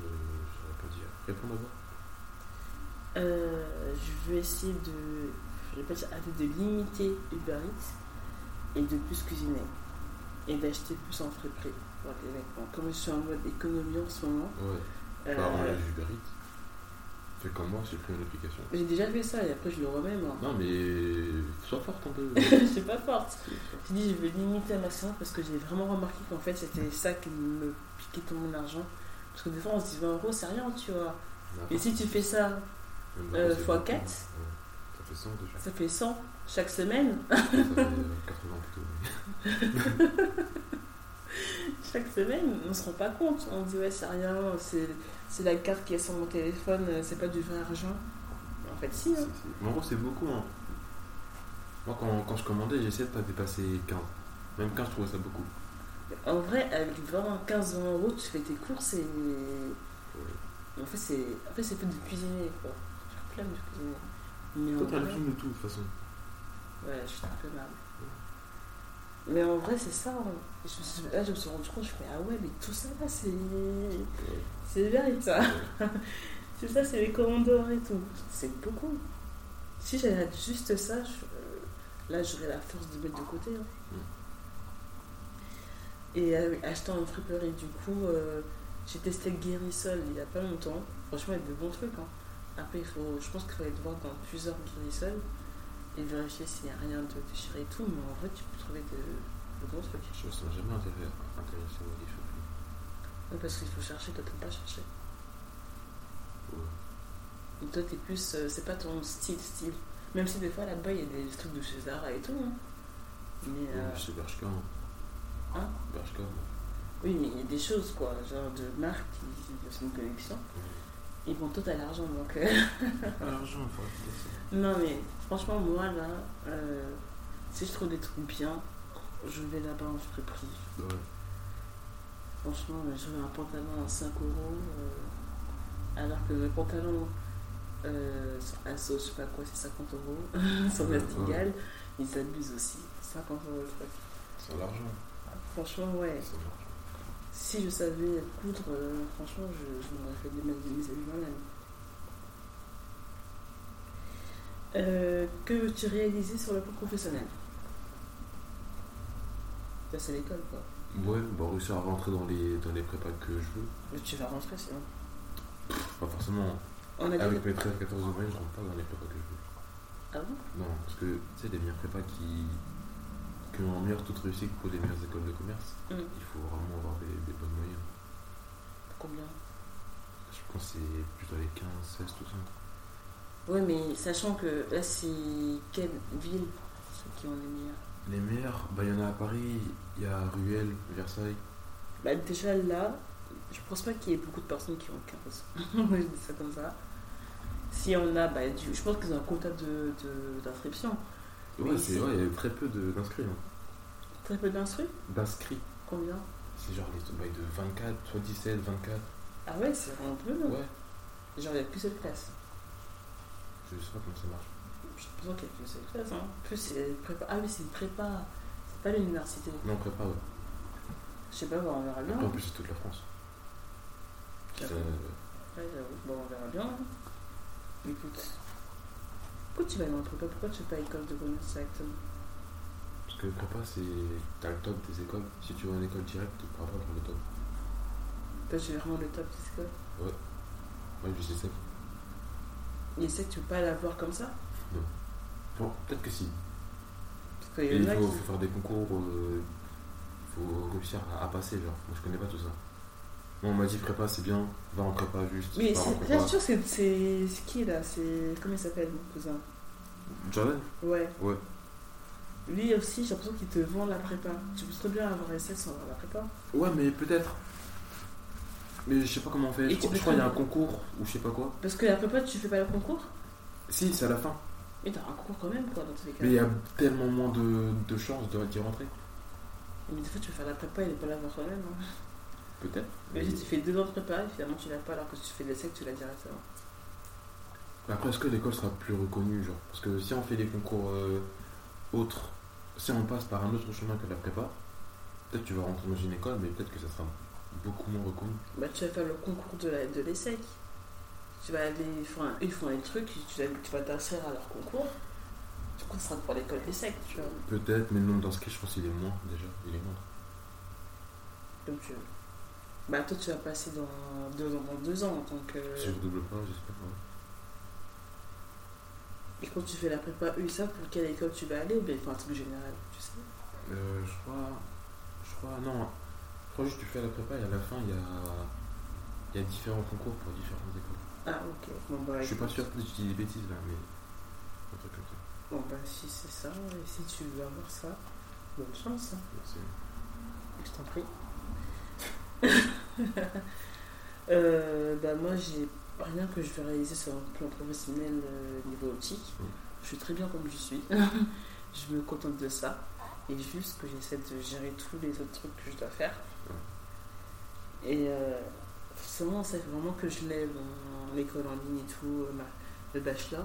Euh, Je saurais pas dire. Réponds d'abord. Euh, Je veux essayer de, je vais pas dire arrêter de limiter Uber Eats et de plus cuisiner et d'acheter plus en frais pour les vêtements. Comme je suis en mode économie en ce moment, Ouais. euh, Bah, on a du Uber Eats. Fais comme moi, j'ai pris une application. j'ai déjà fait ça et après je le remets moi. Non, mais sois forte un peu. je suis pas forte. J'ai dit je vais limiter à maximum parce que j'ai vraiment remarqué qu'en fait c'était ça qui me piquait tout mon argent. Parce que des fois on se dit 20 euros c'est rien tu vois. Et si tu fais ça Euh, fois x quatre. Ça fait 100 déjà. Ça fait 100 chaque semaine. Ça fait euh, 80 plutôt. chaque semaine, on se rend pas compte. On dit, ouais, c'est rien, c'est c'est la carte qui est sur mon téléphone, euh, c'est pas du vrai argent. En fait, si. C'est- hein. c'est- Mais en gros, c'est beaucoup. hein. Moi, quand, quand je commandais, j'essayais de pas dépasser 15. Même 15, je trouvais ça beaucoup. En vrai, avec vraiment 15 20 euros, tu fais tes courses et. euh, En fait, c'est en fait, c'est fait de cuisiner, quoi. J'ai plein de cuisiner. Mais en Toi, t'as vrai, l'habitude de tout, de toute façon. ouais, je suis très mal. Mais en vrai, c'est ça. hein. Je me suis- là, je me suis rendu compte, je fais, ah ouais, mais tout ça, là, c'est. C'est vrai, ça. C'est ça, c'est les commandeurs et tout. C'est beaucoup. Si j'avais juste ça, je- euh, là j'aurais la force de mettre de côté. hein. Et euh, acheter en friperie, du coup, euh, j'ai testé Guérissol il n'y a pas longtemps. Franchement, il y a de bons trucs. hein. Après, il faut, je pense qu'il faut aller voir dans plusieurs Guérissol et vérifier s'il n'y a rien de déchiré et tout. Mais en vrai, tu peux trouver de, de bons trucs. Je me sens jamais intéressé intéressé aux livres. Ouais, Parce qu'il faut chercher, toi, t'aimes pas chercher. Ouais. Et toi, t'es plus. euh, c'est pas ton style, style. Même si des fois, là-bas, il y a des trucs de chez Zara et tout. hein. Mais. Ouais, euh, mais C'est Bershka. Hein Bershka. oui, mais il y a des choses, quoi. Genre de marques qui qui sont une collection. Et bon, toi, t'as l'argent, donc. euh, L'argent, faut arrêter ça. non, mais franchement, moi, là, euh, si je trouve des trucs bien, je vais là-bas en friperie. Bah Ouais. Franchement, j'avais un pantalon à 5 euros, euh, alors que le pantalon euh, sur Asso, je sais pas quoi, c'est 50 euros. sur Ouais, Castigal, ils abusent aussi. 50 euros le truc. Sans l'argent. Franchement, ouais. Sans l'argent. Si je savais coudre, euh, franchement, je, je m'aurais fait des ma- mes habits moi-même. Euh, que veux-tu réaliser sur le plan professionnel Ça, c'est l'école, quoi. Ouais, bah réussir à rentrer dans les, dans les prépas que je veux. Mais tu vas rentrer, sinon. Pas forcément. On a dit... Avec mes 13 14 ouvriers, je rentre pas dans les prépas que je veux. Ah bon Non, parce que tu sais, les meilleurs prépas qui, qui ont en meilleure toute réussite pour les meilleures écoles de commerce, Mm. il faut vraiment avoir des, des bonnes moyens. Combien Je pense que c'est plutôt les 15, 16, tout ça. Oui, mais sachant que là, c'est quelle ville ceux qui ont les meilleurs Les meilleurs, bah il y en a à Paris, il y a Ruelle, Versailles. bah, Déjà là, je pense pas qu'il y ait beaucoup de personnes qui ont 15. je dis ça comme ça. Si on a, bah, du- je pense qu'ils ont un quota d'inscription. De, d'inscription. Ouais, Mais c'est ici- vrai, il y a très peu de- d'inscrits. hein. Très peu d'instru D'inscrits. Combien C'est genre les bails de 24, soit 17, 24. Ah ouais, c'est vraiment peu. non Ouais. Genre, il n'y a qu'une seule classe. Je sais pas comment ça marche. Je pense qu'il y a qu'une seule classe. Hein. En plus, c'est prépa. Ah oui, c'est une prépa. C'est pas l'université. Non, prépa, ouais. Je sais pas, bah, on verra bien. En plus, c'est toute la France. J'avoue. Ça- Ouais, j'avoue. Bon, on verra bien. hein. Écoute. Pourquoi tu vas dans le prépa Pourquoi tu fais pas école de commerce directement Parce que prépa, c'est. T'as le top des écoles. Si tu veux une école directe, tu pourras pas prendre le top. Toi, tu vraiment le top, c'est quoi Ouais, je sais ça. Il essaie, tu peux pas l'avoir comme ça Bon, peut-être que si. Parce qu'il Et y il en a faut, qui. faut faire des concours, il faut réussir à, à passer, genre. Moi, je connais pas tout ça. Moi, on m'a dit prépa, c'est bien, va en prépa juste. Mais va en c'est prépa. bien sûr, c'est c'est- c'est qui là C'est. Comment il s'appelle, mon cousin Jordan Ouais. Ouais. Lui aussi, j'ai l'impression qu'il te vend la prépa. Tu peux très bien avoir SS sans avoir la prépa. Ouais, mais peut-être. Mais je sais pas comment on fait. Et Je tu crois peux je crois qu'il y a un faire- concours ou je sais pas quoi. Parce que la prépa, tu fais pas le concours Si, c'est à la fin. Mais t'as un concours quand même, quoi, dans tous les cas. Mais il y a tellement moins de, de chances de- d'y rentrer. Mais des fois, tu veux faire la prépa et ne pas l'avoir quand même. hein. Peut-être. Mais si tu fais deux ans de prépa et finalement tu l'as pas, alors que si tu fais de l'ESSEC, tu l'as directement. Après, est-ce que l'école sera plus reconnue genre Parce que si on fait des concours euh, autres, si on passe par un autre chemin que la prépa, peut-être tu vas rentrer dans une école, mais peut-être que ça sera beaucoup moins reconnu. Bah, tu vas faire le concours de la- de l'ESSEC. tu vas aller. Enfin, ils font un truc, tu, vas- tu vas t'inscrire à leur concours. Tu seras pour l'école l'ESSEC, tu vois. Peut-être, mais non, dans ce cas, je pense qu'il est moins déjà. Il est moindre. Comme tu veux. euh, Bah, toi, tu vas passer dans deux, ans- dans deux ans en tant que. Si je double pas, j'espère. ouais. Et quand tu fais la prépa U, ça, pour quelle école tu vas aller Ou bien pour un truc général, tu sais Euh, je crois. Je crois. Non. Je crois juste que tu fais la prépa et à la fin, il y a. Il y a différents concours pour différentes écoles. Ah, ok. Bon, bah, je suis pas écoute. sûr, peut-être que je dis des bêtises là, mais. Un truc comme ça. Bon, bah, si c'est ça, et si tu veux avoir ça, bonne chance. hein. Merci. Je t'en prie. Euh, bah, moi, j'ai rien que je vais réaliser sur un plan professionnel euh, niveau optique. Mm. Je suis très bien comme je suis. je me contente de ça. Et juste que j'essaie de gérer tous les autres trucs que je dois faire. Et euh, forcément, c'est vraiment que je lève mon- l'école en ligne et tout, euh, ma- le bachelor,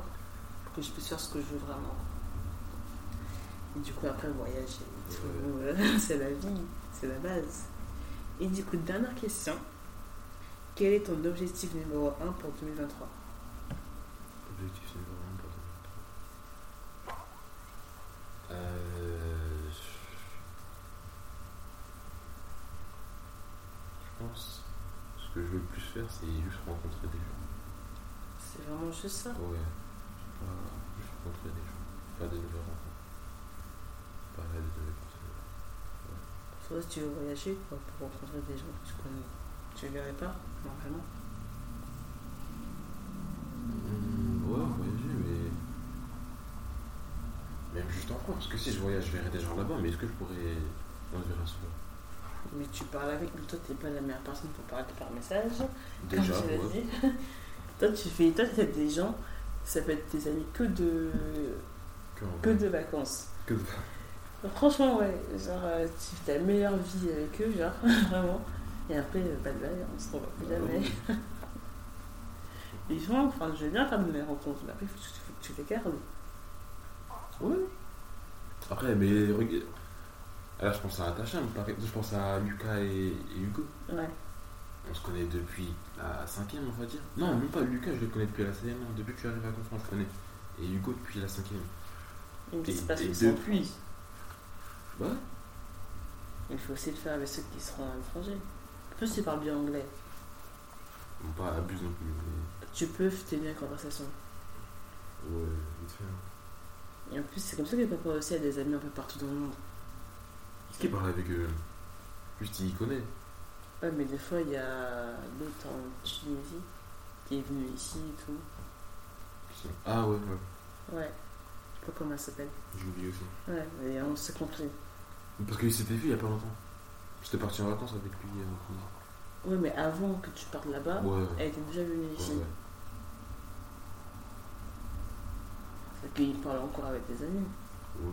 pour que je puisse faire ce que je veux vraiment. Et du coup, après, voyager et tout, euh, c'est la vie, c'est la base. Et du coup, dernière question. Quel est ton objectif numéro 1 pour 2023 Objectif c'est vraiment important. Euh, je pense ce que je veux le plus faire c'est juste rencontrer des gens. C'est vraiment juste ça. Ouais. Voilà, juste rencontrer des gens. Faire des nouvelles rencontres. Parler à des nouvelles personnes. Faudrait que tu veux voyager quoi, pour rencontrer des gens que tu connais. Tu les verrais pas Normalement. Hmm, ouais, voyager mais. Même juste en France, parce que si je voyage je verrai des gens là-bas, mais est-ce que je pourrais en verra souvent Mais tu parles avec, mais toi, t'es pas la meilleure personne pour parler par message. Comme Déjà, je l'ai ouais. dit. toi, tu fais, toi, t'as des gens, ça peut être tes amis que de, Que, en que vrai. de vacances. Que de- Franchement, ouais, genre, euh, tu fais ta meilleure vie avec eux, genre, vraiment. Et après, euh, pas de bail, on se revoit plus Bah jamais. oui. Les gens, enfin, je vais bien faire de mes rencontres, mais après, il faut que tu- faut que tu les gardes. Ouais. Après, mais regarde. Là, je pense à Tachem, par exemple. Je pense à Lucas et, et Hugo. Ouais. On se connaît depuis la 5ème, on va dire. Non, même pas Lucas, je le connais depuis la 5 Depuis que tu arrives à Confrance, je le connais. Et Hugo depuis la 5 Mais Et- c'est parce et que c'est en depuis- France. Bah Ouais. Il faut aussi le faire avec ceux qui seront à l'étranger. En plus, tu parles bien anglais. Bon, pas abuse non plus. mais- Tu peux tenir une conversation. Ouais, vite fait. hein. Et en plus, c'est comme ça que papa aussi a des amis un peu partout dans le monde. Est-ce qu'il parle avec eux Juste, il connaît. Ouais, mais des fois, il y a l'autre en Tunisie qui est venu ici et tout. Ah ouais, ouais. Ouais. Je sais pas comment elle s'appelle. J'ai oublié aussi. Ouais, mais on s'est compris. Parce qu'il s'était vu il y a pas longtemps. J'étais parti en vacances avec lui. euh, Ouais, mais avant que tu partes là-bas, Ouais, ouais. elle était déjà venue Ah. ici. ouais, ouais. Et puis, il parle encore avec des amis. Ouais,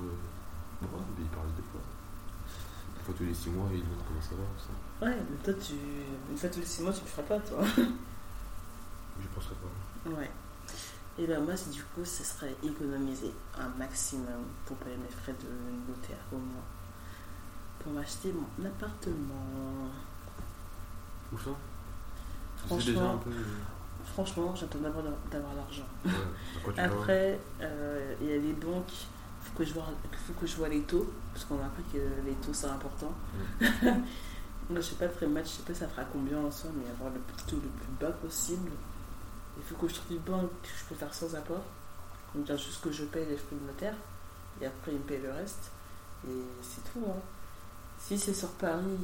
ouais, mais ils parlent des fois. Une fois tous les 6 mois, ils demandent comment ça va. Ça. Ouais, mais toi, tu... une fois tous les six mois, tu le feras pas, toi. Je penserais pas. Ouais. Et ben moi, c'est- du coup, ce serait économiser un maximum pour payer mes frais de notaire au moins. Pour m'acheter mon appartement. Où ça Tu sais Franchement. déjà un peu. euh, Franchement, j'attends d'abord d'a- d'avoir l'argent. Ouais, à quoi tu vas voir Après, euh, il y a les banques. Mm. Faut que je vois, faut que je vois les taux, parce qu'on a appris que les taux c'est important. Moi, je sais pas après le match, je sais pas ça fera combien ensemble, mais avoir le plus taux le plus bas possible. Il faut que je trouve du banque que je peux faire sans apport. On me dire juste que je paye les frais de notaire, et après il me paye le reste. Et c'est tout. hein. Si c'est sur Paris,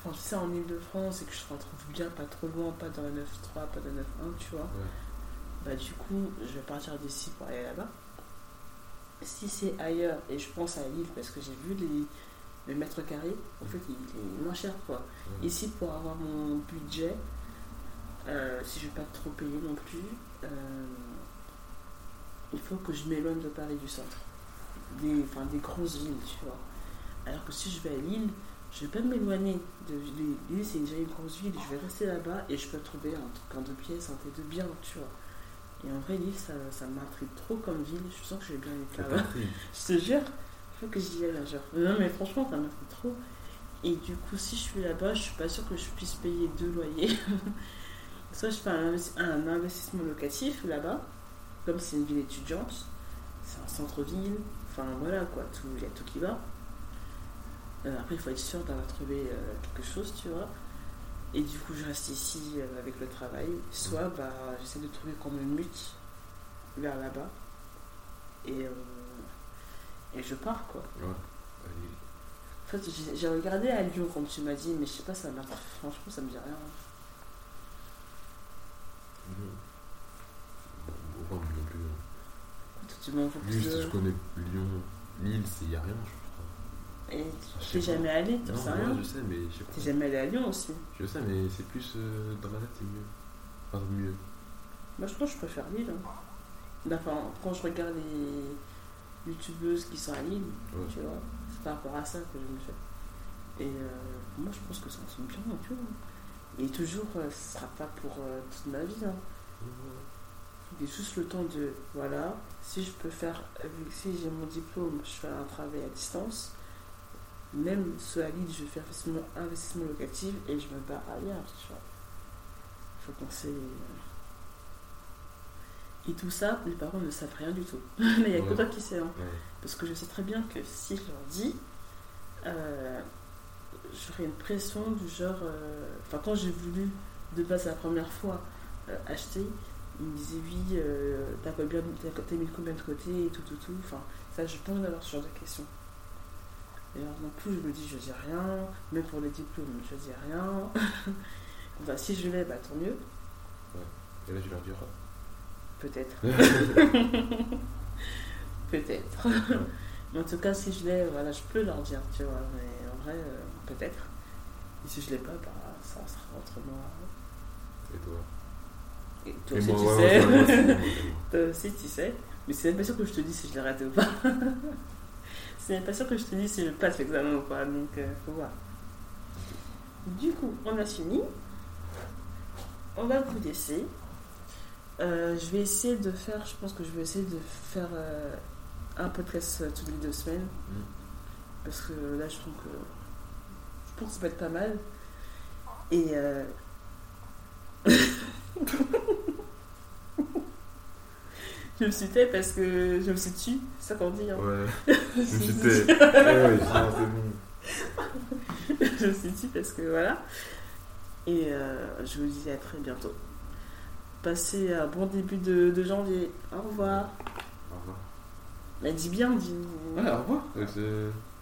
enfin si c'est en Ile-de-France et que je me retrouve bien, pas trop loin, pas dans le 9-3, pas dans le 9-1, tu vois, bah du coup je vais partir d'ici pour aller là-bas. Si c'est ailleurs, et je pense à Lille parce que j'ai vu les, le mètre carré, en fait il, il est moins cher quoi. Ouais. Ici, pour avoir mon budget, euh, si je ne vais pas trop payer non plus, euh, il faut que je m'éloigne de Paris du centre, des, enfin, des grosses villes, tu vois. Alors que si je vais à Lille, je ne vais pas m'éloigner de Lille. Lille, c'est déjà une grosse ville, je vais rester là-bas et je peux trouver un truc en deux pièces, un T2 bien, tu vois. Et en vrai, Lille, ça, ça m'intrigue trop comme ville, je sens que je vais bien être Ça là-bas. t'intrigue. Je te jure, faut que j'y aille un jour. Non, mais franchement, ça m'a fait trop. Et du coup, si je suis là-bas, je suis pas sûre que je puisse payer deux loyers. Soit je fais un, investi- un investissement locatif là-bas, comme c'est une ville étudiante, c'est un centre-ville, enfin voilà quoi, tout- il y a tout qui va. Euh, après, il faut être sûr d'avoir trouvé euh, quelque chose, tu vois. Et du coup, je reste ici euh, avec le travail. Soit bah, j'essaie de trouver qu'on me mute vers là-bas. Et, euh, et je pars, quoi. Ouais. Allez. En fait, j'ai- j'ai regardé à Lyon quand tu m'as dit, mais je sais pas, ça m'a. Franchement, ça me dit rien. Non. Bon, Rome non plus. hein. Toi, tu m'en fous Lui, plus je, je de... connais Lyon. Lille, c'est y a rien, je crois. Et Ah, Je sais t'es pas. jamais allé, t'en sais Non, rien. ouais, je sais, mais je sais T'es pas. jamais allé à Lyon aussi. Je sais, mais c'est plus euh, dans ma tête, c'est mieux. Enfin, mieux. Moi, je pense que je préfère Lille. hein. Enfin, quand je regarde les youtubeuses qui sont à Lille, Ouais. tu vois, c'est par rapport à ça que je me fais. Et euh, moi, je pense que ça me semble bien, tu vois. Et toujours, euh, ce sera pas pour euh, toute ma vie. Hein. J'ai juste le temps de, voilà, si je peux faire, vu que si j'ai mon diplôme, je fais un travail à distance. Même sur la Lille, je vais faire investissement, investissement locatif et je me barre ailleurs, tu vois. Faut penser. euh. Et tout ça, mes parents ne savent rien du tout. Mais il n'y a que Ouais. toi qui sais, hein. Ouais. Parce que je sais très bien que si je leur dis, euh, j'aurais une pression du genre. euh, Enfin, quand j'ai voulu, de base, la première fois, euh, acheter, ils me disaient oui, euh, t'as combien- t'as- t'as mis combien de côté et tout, tout, tout. Enfin, ça, je pense d'avoir ce genre de questions. Et alors, non plus, je me dis, je dis rien, mais pour les diplômes, je dis rien. enfin, si je l'ai, bah tant mieux, Et là, je leur oh, dire. peut-être. peut-être. Mais en tout cas, si je l'ai, voilà, je peux leur dire, tu vois. Mais en vrai, euh, peut-être. Et si je l'ai pas, bah, ça sera entre moi. Et toi Et toi Et aussi, moi, tu ouais, sais. ouais, ouais, ouais, ouais, ouais, ouais. toi aussi, tu sais. Mais c'est même pas sûr que je te dise si je l'ai raté ou pas. c'est même pas sûr que je te dise si je passe l'examen ou pas. Donc, euh, faut voir. Du coup, on a fini. On va vous laisser. Euh, je vais essayer de faire, je pense que je vais essayer de faire euh, un podcast euh, toutes les deux semaines. Mm. Parce que euh, là, je trouve que. Je pense que ça peut être pas mal. Et. euh, je me suis tue parce que je me suis tue, c'est ça qu'on dit. Hein. Ouais, je me je suis tue. me suis tait. Ouais, ouais, sinon, c'est bon. je me suis dit parce que voilà. Et euh, je vous dis à très bientôt. Passez un bon début de, de janvier. Au revoir. Au revoir. Mais dis bien, dis. Ouais, au revoir. Ouais, c'est-